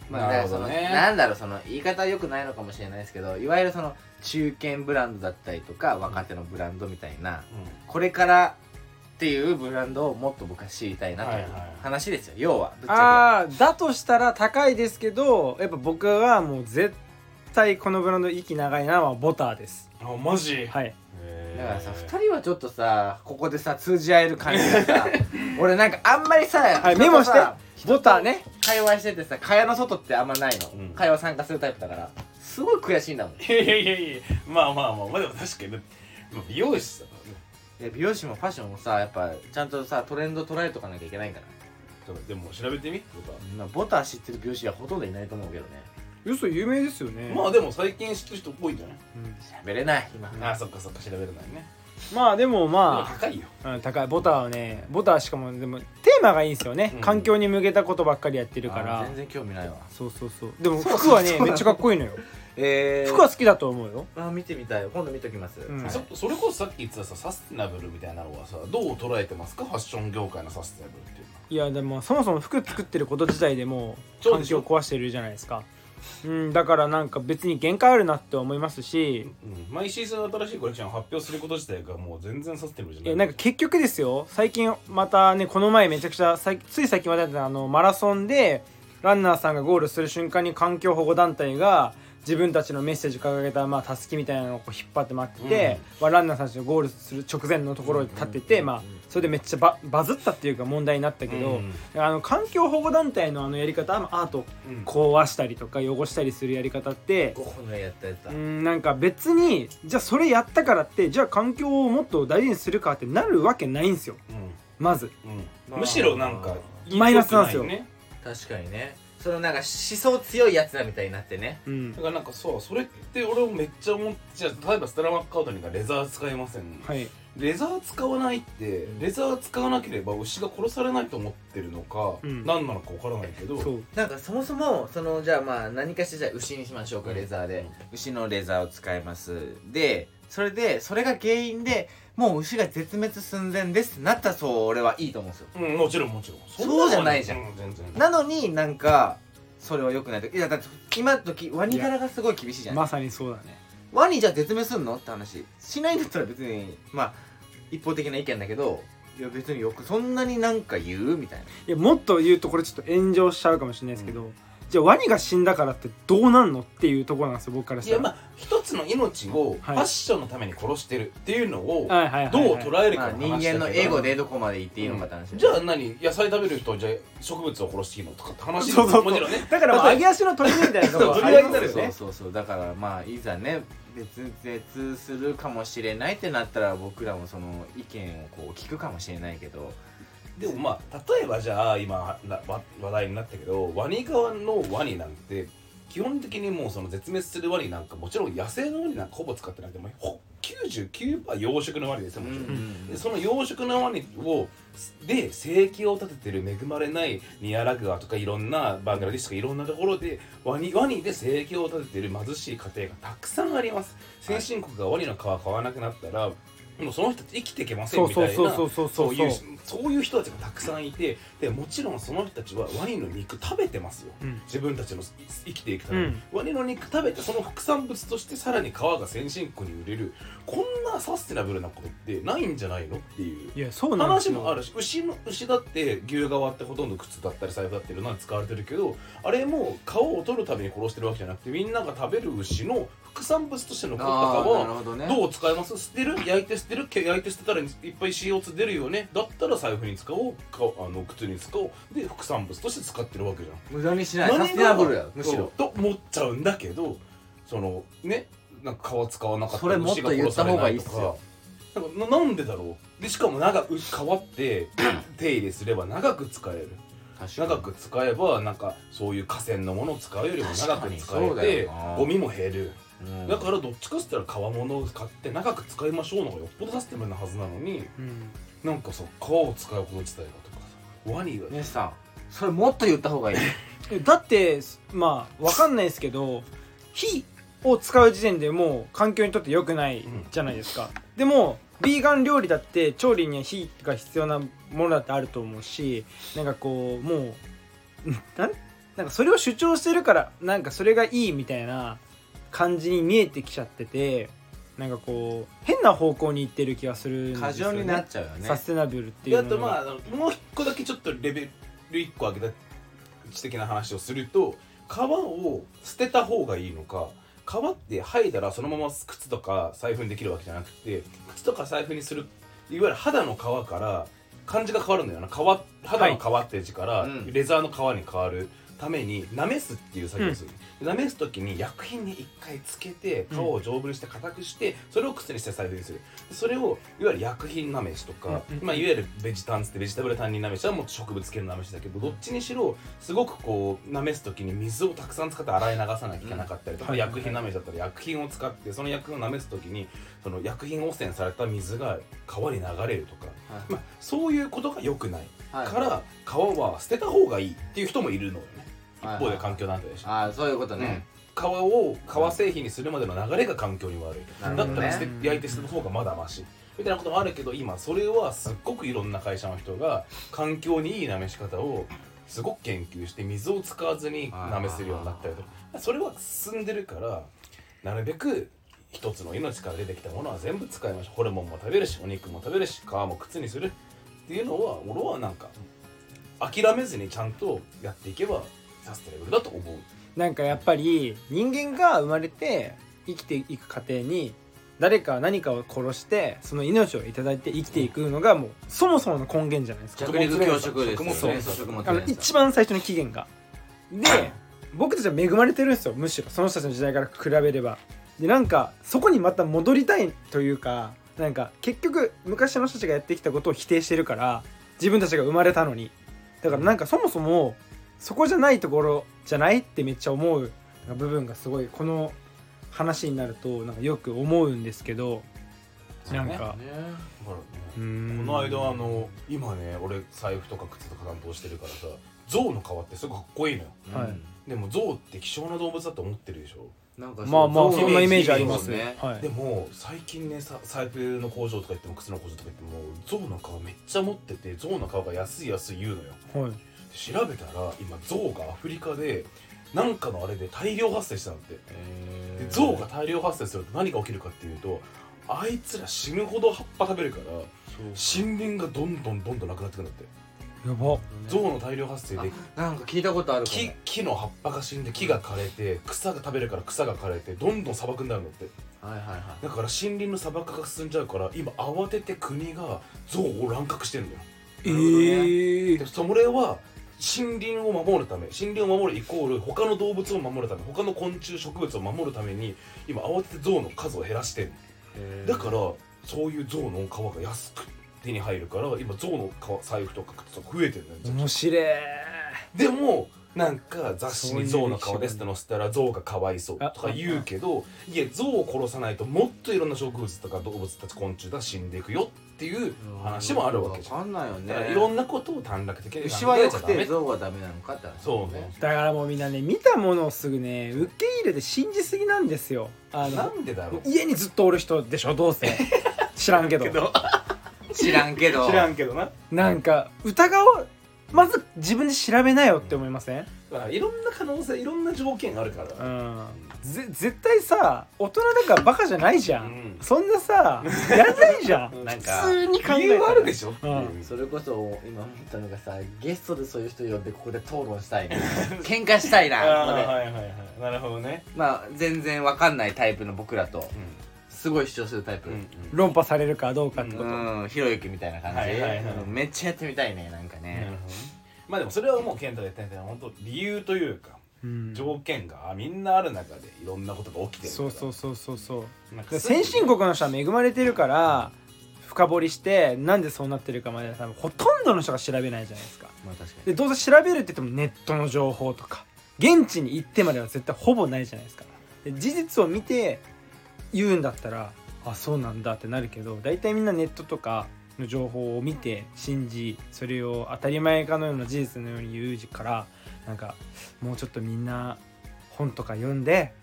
A: まあ、
D: なる
A: だから
D: ほ
A: そ
D: ど
A: の
D: ね
A: なんだろうその言い方は良くないのかもしれないですけどいわゆるその中堅ブランドだったりとか若手のブランドみたいなこれからっていうブランドをもっと僕は知りたいなと
D: はいいうはい
A: 話ですよ要はぶっちゃ
B: ああだとしたら高いですけどやっぱ僕はもう絶対このブランド息長いなはボターです
C: あマジ
B: はい
A: けだからさ2人はちょっとさここでさ通じ合える感じがさ俺なんかあんまりさ
B: はい
A: 人とさ
B: メモしてボターね
A: 会話しててさ蚊帳の外ってあんまないの、
C: うん
A: 会話参加するタイプだからすごい悔しいんだもんい
C: いやいやいやいやまあまあまあまあでも確かにまあ美容師だからね
A: や美容師もファッションもさやっぱちゃんとさトレンド捉えとかなきゃいけないから
C: ちょっとでも調べてみってことは
A: まあボター知ってる美容師はほとんどいないと思うけどね
B: 嘘有名ですよね
C: まあでも最近知ってる人多いんじゃない
B: うん
A: 喋れない今
C: あそっかそっか調べれないね
B: まあでも
C: でも
B: ま
C: 高いよ
B: あ、うん、高いボターはねボターしかもでもテーマがいいんですよね、
C: うん
B: 環境に向けたことばっかりやってるか
A: あー
B: ら
A: 全然興味ないわ
B: そうそうそうでも服はねめっちゃかっこいいのよ
A: え
B: 服は好きだと思うよ
A: あ見てみたい今度見ときます、
B: うん
A: はい
C: そそれこそさっき言ってたさサステナブルみたいなのはさどう捉えてますかファッション業界のサステナブルっていうのはい
B: やでもそもそも服作ってること自体でもう
C: そう
B: 環
C: でし
B: 境
C: ょ
B: を壊してるじゃないですかうんだからなんか別に限界あるなって思いますし
C: うん毎シーズン新しいコレクションを発表すること自体がもう全然サステナブル
B: い
C: じゃ
B: や
C: な
B: ないんか結局ですよ最近またねこの前めちゃくちゃさいつい最近までやってたあのマラソンでランナーさんがゴールする瞬間に環境保護団体が自分たちのメッセージ掲げたまあたすきみたいなのをこう引っ張って待ってて、まあ、ランナーさんたちがゴールする直前のところに立ってて、まあ、それでめっちゃババズったっていうか問題になったけど、あの環境保護団体のあのやり方あのアートを
C: うん
B: 壊したりとか汚したりするやり方って
A: 5本ぐらいやったやつだ、
B: うんなんか別にじゃあそれやったからってじゃあ環境をもっと大事にするかってなるわけないんですよ
C: うん
B: まず
C: うん
A: まあ
C: むしろなんか
B: マイナスなんですよ
C: 良くいね
A: 確かにねそのなんか思想強いやつらみたいになってね
B: うん
C: だからなんかそうそれって俺もめっちゃ思っちゃう例えばステラ・マッカートニーがレザー使いません、
B: はい
C: レザー使わないってレザー使わなければ牛が殺されないと思ってるのか、
B: うん
C: 何なのか分からないけど
B: そう
A: なんかそもそもそのじゃあまあ何かしてじゃあ牛にしましょうか
C: うん
A: レザーで、牛のレザーを使いますでそれでそれが原因でもう牛が絶滅寸前ですなったそう俺はいいと思うんですよ
C: うんもちろんもちろんん
A: そうじゃないじゃん
C: う全然
A: なのになんかそれは良くないといやだって今時ワニ柄がすごい厳しいじゃない
B: まさにそうだね
A: ワニじゃ絶滅すんのって話しないんだったら別にまあ一方的な意見だけどいや別によくそんなになんか言うみたいない
B: やもっと言うとこれちょっと炎上しちゃうかもしれないですけど、じゃあワニが死んだからってどうなんのっていうところなんですよ僕からし
C: い
B: た
C: や
B: ら
C: まあ一つの命をフ
B: はい
C: ァッションのために殺してるっていうのを
B: はいはいはいはい
C: どう捉える
A: ま
C: か
A: あ人間の
C: 英
A: エ
C: 語
A: ゴでどこまで言っていいのかって話、
C: じゃあ何野菜食べる人はじゃあ植物を殺していいのとかって話
B: そうそうそう
C: もちろんね
B: だからまあ揚げ足の鳥みたいなとこ
C: そう
B: は
C: そ
B: あ
C: れだ
B: りま
C: けに
B: すよ
C: なるよ
A: そう
B: ね
A: そうそうだからまあいざね別々するかもしれないってなったら僕らもその意見をこう聞くかもしれないけど
C: でもまあ例えばじゃあ今なわ話題になったけどワニ側のワニなんて基本的にもうその絶滅するワニなんかもちろん野生のワニなんかほぼ使ってなくてもほ99%養殖のワニですよもちろん、でその養殖のワニをで生計を立ててる恵まれないニアラグアとかいろんなバングラディッシュとかいろんなところでワニワニで生計を立ててる貧しい家庭がたくさんあります先進国がワニの皮買わなくなったら、もうその人たち生きていけませ
B: そ
C: ん
B: う
C: みたい
B: そう
C: な
B: そうそうそうそう
C: そ
B: う
C: いうそういう人たちがたくさんいてでもちろんその人たちはワニの肉食べてますよ
B: うん
C: 自分たちのい生きていくために、
B: うん
C: ワニの肉食べてその副産物としてさらに皮が先進国に売れるこんなサステナブルなことってないんじゃないのっていう
B: いやそうなんです
C: 話
B: よ
C: もあるし牛の牛だって牛革ってほとんど靴だったり財布だっていろんなの使われてるけどあれも皮を取るために殺してるわけじゃなくてみんなが食べる牛の副産物として残った皮
A: あーなる
C: は
A: ほどね
C: どう使います捨てる焼いて捨てるけ焼いて捨てたらいっぱい CO2 出るよねだったら財布に使おうかあの靴に使おうで副産物として使ってるわけじゃん
A: 無駄にしない
C: 何が
A: サステナブルやむしろ
C: そうと思っちゃうんだけどそのねなんか皮使わなかった
A: それもっと言った方がいいっすよ
C: なんか ななんでだろうでしかも長く皮って手入れすれば長く使える確かに長く使えばなんかそういう河川のものを使うよりも長く使
A: 確かにそう
C: え
A: だ
C: て
A: よな
C: ゴミも減る
A: うん
C: だからどっちかっつったら革物を買って長く使いましょうのがよっぽどサステナブルなはずなのに
B: うん
C: なんかさ革を使うこと自体がとかさワニが
A: ねさんそれもっと言った方がいい
B: えだってまあわかんないですけど火を使う時点でもう環境にとって良くないじゃないですか、でもビーガン料理だって調理には火が必要なものだってあると思うしなんかこうもう なんなんかそれを主張してるからなんかそれがいいみたいな感じに見えてきちゃっててなんかこう変な方向に行ってる気がするんですよ、ね、
A: 過剰になっちゃうよね
B: サステナブルってい
C: で
B: う
C: あ
B: の
C: と
B: が
C: まああのもう一個だけちょっとレベル一個上げた知的な話をすると皮を捨てた方がいいのか皮って剥いだらそのまま靴とか財布にできるわけじゃなくて靴とか財布にするいわゆる肌の皮から漢字が変わるんだよな皮肌の皮って字から、
A: うん
C: レザーの皮に変わるためになめすっていう作業をする、なめす時に薬品に一回つけて皮を丈夫にして硬くしてそれを靴にして財布にするそれをいわゆる薬品なめしとか、
B: うんうん
C: まあ、いわゆるベジタンツってベジタブル単になめしはもう植物系のなめしだけどどっちにしろすごくこうなめす時に水をたくさん使って洗い流さなきゃいけなかったりとか、
B: うん
C: 薬品なめしだったら薬品を使ってその薬品をなめす時にその薬品汚染された水が川に流れるとか、まあ、そういうことが良くない、
A: はい
C: から川は捨てた方がいいっていう人もいるのよね一
A: はい
C: 方で環境団体でしょ
A: ああそういうことね、
C: 川を革製品にするまでの流れが環境に悪い
A: なる
C: だ
A: ほ
C: っ
A: ど
C: たら捨
A: ね
C: て焼いて捨てた方がまだマシみたいなこともあるけど今それはすっごくいろんな会社の人が環境にいいなめし方をすごく研究して水を使わずになめするようになったりとかそれは進んでるからなるべく一つの命から出てきたものは全部使いましょうホルモンも食べるしお肉も食べるし皮も靴にするっていうのは俺はなんか諦めずにちゃんとやっていけばサステナブルだと思う
B: なんかやっぱり人間が生まれて生きていく過程に誰か何かを殺してその命を頂いただいて生きていくのがもうそもそもの根源じゃないですか
A: 着陸教職です
C: 食
A: よ
C: 物
A: ね
C: 連鎖
A: 食物
B: あの
A: 連鎖
B: 一番最初の起源が。で僕たちは恵まれてるんですよむしろその人たちの時代から比べれば。でなんかそこにまた戻りたいというかなんか結局昔の人たちがやってきたことを否定してるから自分たちが生まれたのにだからなんかそもそもそこじゃないところじゃないってめっちゃ思う部分がすごいこの話になるとなんかよく思うんですけどなんか
A: ね
C: ほら
B: うーん
C: この間あの今ね俺財布とか靴とか担当してるからさ象の皮ってすごくかっこいいのよ
B: はい
A: い
C: でも象って希少な動物だと思ってるでしょ
A: なんか
B: まあまあ
A: う
B: そんなイメージありますね
A: ね。
B: はい
C: でも最近ねさ財布の工場とか行っても靴の工場とか行っても象の皮めっちゃ持ってて象の皮が安い安い言うのよ
B: はい
C: 調べたら今象がアフリカでなんかのあれで大量発生したんだって
A: えー
C: で象が大量発生すると何が起きるかっていうとあいつら死ぬほど葉っぱ食べるから森林がどんどんどんどんなくなってくんだって
B: やば
C: 象の大量発生で
A: なんか聞いたことあるかも
C: 木木の葉っぱが死んで木が枯れて草が食べるから草が枯れてどんどん砂漠になるんだって
A: はいはいはい
C: だから森林の砂漠が進んじゃうから今慌てて国が象を乱獲してんだよ
B: ええ
C: でそれは森林を守るため森林を守るイコール他の動物を守るため他の昆虫植物を守るために今慌てて象の数を減らしてるだからそういう象の皮が安く手に入るから今象の皮財布とか靴とか増えてるんだよ
B: 面白い
C: でもなんか雑誌に象の皮ですって載せたら象がかわいそうとか言うけどいや象を殺さないともっといろんな植物とか動物たち昆虫が死んでいくよっていう話もあるわけじゃん
A: わかんないよ
C: だから
A: ね
C: いろんなことを短絡的に考え
A: 牛は良く
C: ちゃダメ
A: て象はダメなのかって話
C: そうね
B: だからもうみんなね見たものをすぐね受け入れて信じすぎなんですよあ
C: な
B: の
C: んでだろう
B: 家にずっとおる人でしょど うせ知らんけど
A: 知らんけど
E: 知らんけどな
B: なんか疑うまず自分で調べなよって思いません、
C: まあいろんな可能性いろんな条件があるか
B: う
C: ら
B: ん、ぜ絶対さ大人だからバカじゃないじゃん、
C: うん
B: そんなさやんないじゃん
A: なんか
B: 普通に考えたら
C: 理由はあるでしょ
B: うん
C: うん
A: それこそ今思ったのがさゲストでそういう人呼んでここで討論したいな喧嘩したいな
E: あ
A: ここ
E: ー
A: で
E: はいはいはいなるほどね
A: まあ全然わかんないタイプの僕らとすごい主張するタイプ
C: うんうん
B: 論破されるかどうかってこと、
A: うんひろゆきみたいな感じ
E: はいはいはい
A: うんめっちゃやってみたいねなんか
C: なるほ
A: ね
C: どねまあでもそれはもう健太が言ったみたいな本当理由というか
B: うん
C: 条件がみんなある中でいろんなことが起きてる
B: そうそううそうそうそう
C: なんか
B: 先進国の人は恵まれてるから深掘りしてなんでそうなってるかまでは多分ほとんどの人が調べないじゃないですか
C: まあ確か
B: でどうせ調べるって言ってもネットの情報とか現地に行ってまでは絶対ほぼないじゃないですかで事実を見て言うんだったらあそうなんだってなるけど大体みんなネットとかの情報を見て信じそれを当たり前かのような事実のように言うからなんかもうちょっとみんな本とか読んで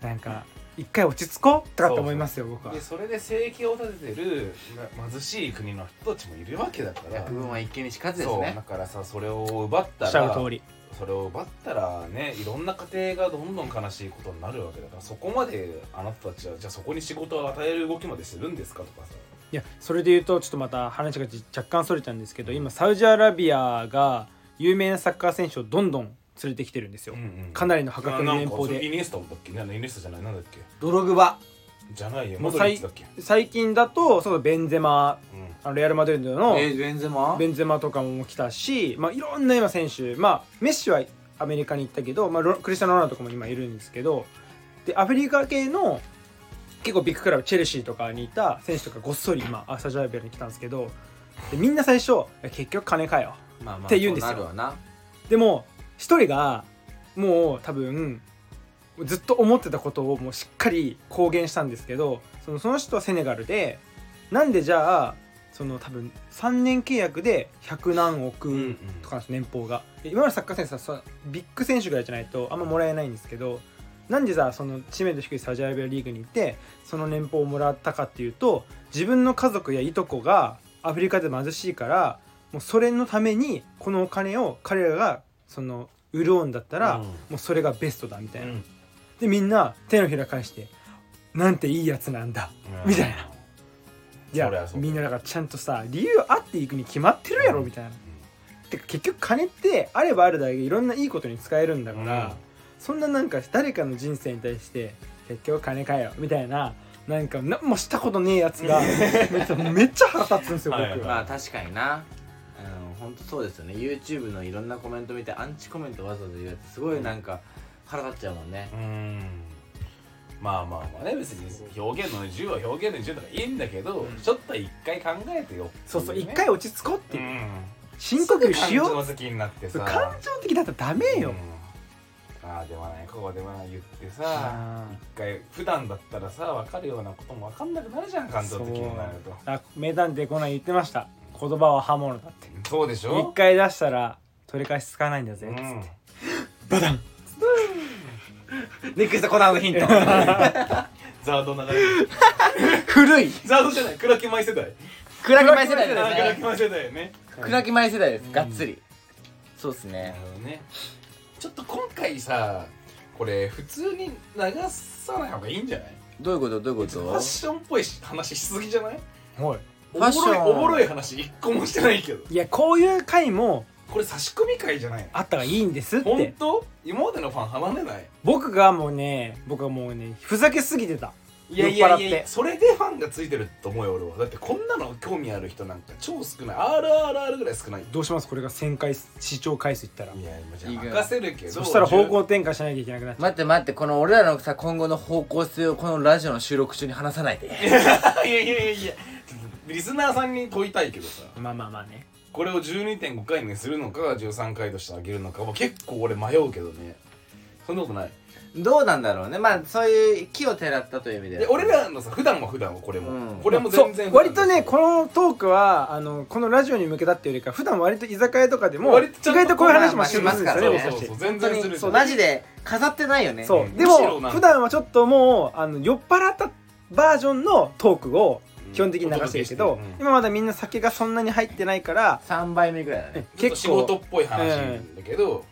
B: なんか一回落ち着こうとかって思いますよ僕は
C: にで。それで生計を立ててるな貧しい国の人たちもいるわけだから
A: 百聞は一見にしかずです
C: そうだ
A: ね
C: からさそれを奪
B: お
C: っ
B: ったしゃ
C: ら
B: る通り
C: それを奪ったらねいろんな家庭がどんどん悲しいことになるわけだからそこまであなたたちはじゃあそこに仕事を与える動きまでするんですかとかさ
B: いやそれで言うとちょっとまた話がじ若干それちゃうんですけど今サウジアラビアが有名なサッカー選手をどんどん連れてきてるんですよ、かなりの破格の
C: な
B: 年
C: んか
B: 俸
C: それイ
B: で
C: ニエスタだっけなイニエスタじゃないなんだっけ
A: ドログバ
C: じゃないよ
B: もう
C: モドリッチだっけ、
B: 最近だとそうベンゼマ
C: うん
B: あのレアル・マドリードの
A: えーベンゼマ
B: ベンゼマとかも来たし、まあ、いろんな今選手、まあ、メッシはアメリカに行ったけど、まあ、ロクリスタノ・ロナウドとかも今いるんですけどでアフリカ系の結構ビッグクラブチェルシーとかにいた選手とかごっそり今アサジャラビアに来たんですけどでみんな最初「え結局金かよ
A: まあまあ
B: って言うんですよ
A: そうなるわな」
B: でも一人がもう多分ずっと思ってたことをもうしっかり公言したんですけどそのその人はセネガルでなんでじゃあその多分3年契約で100何億、
C: うんうん
B: とかなんです年俸がで今のサッカー選手はさビッグ選手ぐらいじゃないとあんまもらえないんですけどなんでさその知名度低いサウジアラビアリーグに行ってその年俸をもらったかっていうと自分の家族やいとこがアフリカで貧しいからもうそれのためにこのお金を彼らがその潤うんだったら、
C: うん
B: もうそれがベストだみたいな、
C: うん
B: でみんな手のひら返してなんていいやつなんだみたいなじ
C: そり
B: ゃ
C: ゃそうだ
B: みんなだからちゃんとさ理由あっていくに決まってるやろみたいな、てか結局金ってあればあるだけいろんないいことに使えるんだから、
C: うん
B: そんななんか誰かの人生に対して結局金かよみたいななんか何もしたことねえやつ がめっちゃめっちゃ腹立つんですよ僕、
C: はい
A: まあ確かになうん本当そうですよね YouTube のいろんなコメント見てアンチコメントわざわざ言うやつすごいなんか腹立っちゃうもん ね
C: うーんまあまあまあね別に表現の自由は表現の自由とかいいんだけど、ちょっと一回考えてよ
B: そうそう
C: ってい
B: 一回落ち着こうっていう、
C: ね
B: 深呼吸し
C: 感情
B: よ
C: 好きになって
B: うそ
C: さ
B: う感情的だったらダメよ、
C: うんああでもないこうでもない言って
B: あ
C: さ
B: ー
C: 一回普段だったらさ分かるようなことも分かんなくなるじゃん感情的になると
B: あ名探偵コナン言ってました言葉は刃物だって
C: そうでし
B: 一
C: ょ
B: 回出したら取り返しつかないんだぜ
C: う
B: っつって、
C: ん
A: ネクストコナンのヒント
C: ザード流れる
A: 古い
C: ザードじゃない黒木舞世代
A: 暗き前世代
C: あー
A: で
C: 黒
A: すね
C: 木舞世代よね
A: 暗き前世代ですがっつりそうです
C: な
A: ね
C: るほどねちょっと今回さこれ普通に流さない方がいいんじゃない
A: どういうことどういうこ
C: フ
A: と
C: ァッションっぽい話しすぎじゃない
B: はい
A: ファ
C: お
A: ッ
C: も
A: シ
C: ろい
A: ョン
C: おもろい話一個もしてないけど
B: いやこういう回も
C: これ差し込み会じゃないの
B: あったらいいんですって
C: 本当今までのファン離れない
B: 僕がもうね僕はもうねふざけすぎてた
C: いやいや
B: 酔っ
C: い
B: 払っ
C: や
B: て
C: それでファンがついてると思うよ俺はだってこんなの興味ある人なんか超少ない RRR ぐらい少ない
B: どうしますこれが1000回視聴回数いったら
C: いやじゃ
A: いい
C: あ
A: か
C: 任せるけど
B: そしたら方向転換しなきゃいけなくなっちゃ
A: 待って待ってこの俺らのさ今後の方向性をこのラジオの収録中に話さないで
C: いやいやいやいやリスナーさんに問いたいけどさ
B: うまあまあまあね
C: これを12.5回にするのか13回としてあげるのかは結構俺迷うけどねそんなことない
A: どうなんだろうねまあそういう木をてらったという意味で
C: で俺らのさ普段は普段はこれも、
A: うん
C: これも
B: そ
C: 全然
B: う割とね
C: こ
B: このトークはあのこのラジオに向けたっていうよりか普段割と居酒屋とかでも意
C: 割とちょっと
B: 外とこういう話もしますんですよ
A: まあ
B: ね
A: まあ
C: そ
B: 僕た
C: うそう
B: ち
C: そう全
A: 本当
C: 然する
A: に
C: じ
A: そ
C: ゃ
A: うんマジで飾ってないよね
B: そううんで
C: むし
B: も
C: ろなんか
B: 普段はちょっともうあの酔っ払ったバージョンのトークを基本的に流してるけ
C: う
B: ど
C: ん
B: 今まだみんな酒がそんなに入ってないから
A: 3倍目ぐらいだね
C: ちょっと
B: 結
C: 仕
B: 構
C: 事っぽい話なんだけど、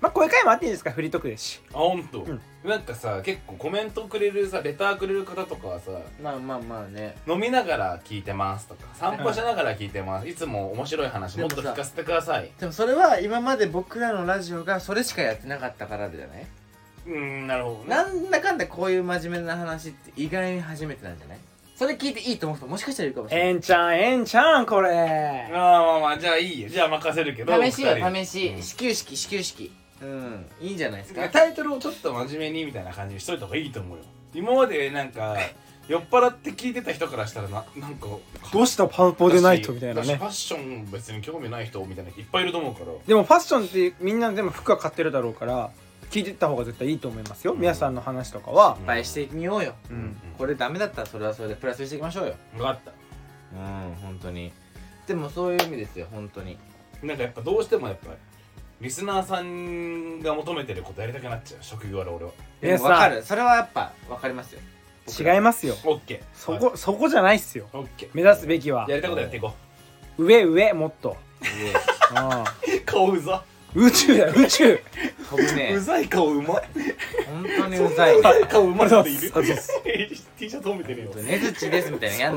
B: まあこういう回もあっていいですかフリートークですし
C: あほんと、
B: ん
C: なんかさ結構コメントくれるさレターくれる方とかはさ
A: まあまあまあね
C: 飲みながら聞いてますとか散歩しながら聞いてます、いつも面白い話もっと聞かせてください
A: でもそれは今まで僕らのラジオがそれしかやってなかったからじゃないう
C: ーんなるほどね
A: なんだかんだこういう真面目な話って意外に初めてなんじゃないそれ聞いていいと思う人もしかしたらいるかもしれ
B: えんちゃんえんちゃんこ
C: あー
B: れ
C: まあまあじゃあいいよじゃあ任せるけど
A: ない試しよ
C: 二人に
A: 試し
C: うん
A: 始球式始球式うんいいんじゃないですか
C: タイトルをちょっと真面目にみたいな感じにしといた方がいいと思うよ今までなんか酔っ払って聞いてた人からしたらななんか
B: どうしたパンポでないとみたいな
C: だし
B: ね
C: ファッション別に興味ない人みたいな人いっぱいいると思うから
B: でもファッションってみんなでも服は買ってるだろうから聞いてった方が絶対いいと思いますよ、
C: うん
B: 皆さんの話とかは
A: っ、ぱいしてみようよ、
B: うん
A: これダメだったらそれはそれでプラスしていきましょうよ
C: 分かっ
A: う
C: た
A: ん本当にでもそういう意味ですよ本当に
C: なんかやっぱどうしてもやっぱリスナーさんが求めてることやりたくなっちゃう職業ある俺は
A: で
B: 皆
A: も分か
B: さ
A: るそれはやっぱ分かりますよ
B: ん違いますよ
C: オッケー
B: そこ、そこじゃないっすよ
C: オッケー
B: 目指すべきは
C: やりたいことやっていこ
B: 上上もっとああ
C: う顔うざ
B: 宇宙だよ宇宙
A: 飛ぶね
C: うざい顔うまい
A: 本当にうざいね
C: うざい顔うまい人いる
B: そうです
C: T シャツ褒めてるよ
A: 根槌ですみたいなのやんだ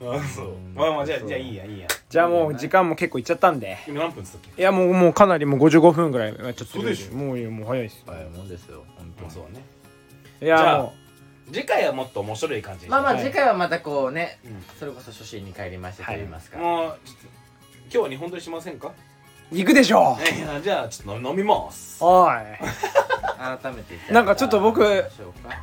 A: も
C: あそうまあまあじゃあじゃあいいやいいや
B: じゃあもう時間も結構いっちゃったんで
C: 今何分つったっけ
B: いやもうもうかなりもう55分ぐらいちょっと
C: そうでしょ
B: もういいよもう早いです
A: んはいもんですよ本当
C: まあ
A: に
C: そうだね
B: い
C: じゃ
B: や
C: あ
B: も
C: 次回はもっと面白い感じにし
A: まあまあ
B: はい
A: 次回はまたこうね
C: うん
A: それこそ初心に帰りましてと言いますか
C: もうちょっと今日は日本撮りしませんか
B: う行くでしょ
C: いやじゃあちょっと飲みます
B: うお
A: 改めてじゃあ
B: なんかちょっと僕
A: 行きましょうか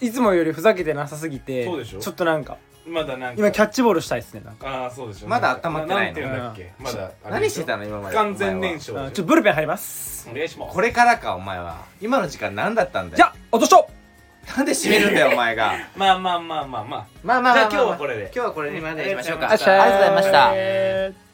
B: いいつもよりふざけてなさすぎて
C: そうでしょ
B: ちょっとなんか
C: まだなんか
B: 今キャッチボールしたいですねなんか
C: ああそうでしょ
A: まだ温まってないの
C: んて言うんだっけまだあれ
A: 何
C: で
A: し
C: ょ
A: てたの今ま
C: 不
A: で
C: 完全燃
A: お前は
B: あ
C: 焼で
B: ち
C: し
B: ょ
C: ょ
B: っとブルペン入ります
C: お願いします
A: これからかお前は今の時間何だったんだ
B: じゃ
A: よ
B: あ落としょ
A: なんで閉めるんだよお前が
C: まあまあまあまあまあ
A: まあまあまあまあ
C: じゃあ今日はこれで
A: 今日はこれでまでにしましょうか
B: あ
A: ありがとうございました
B: えー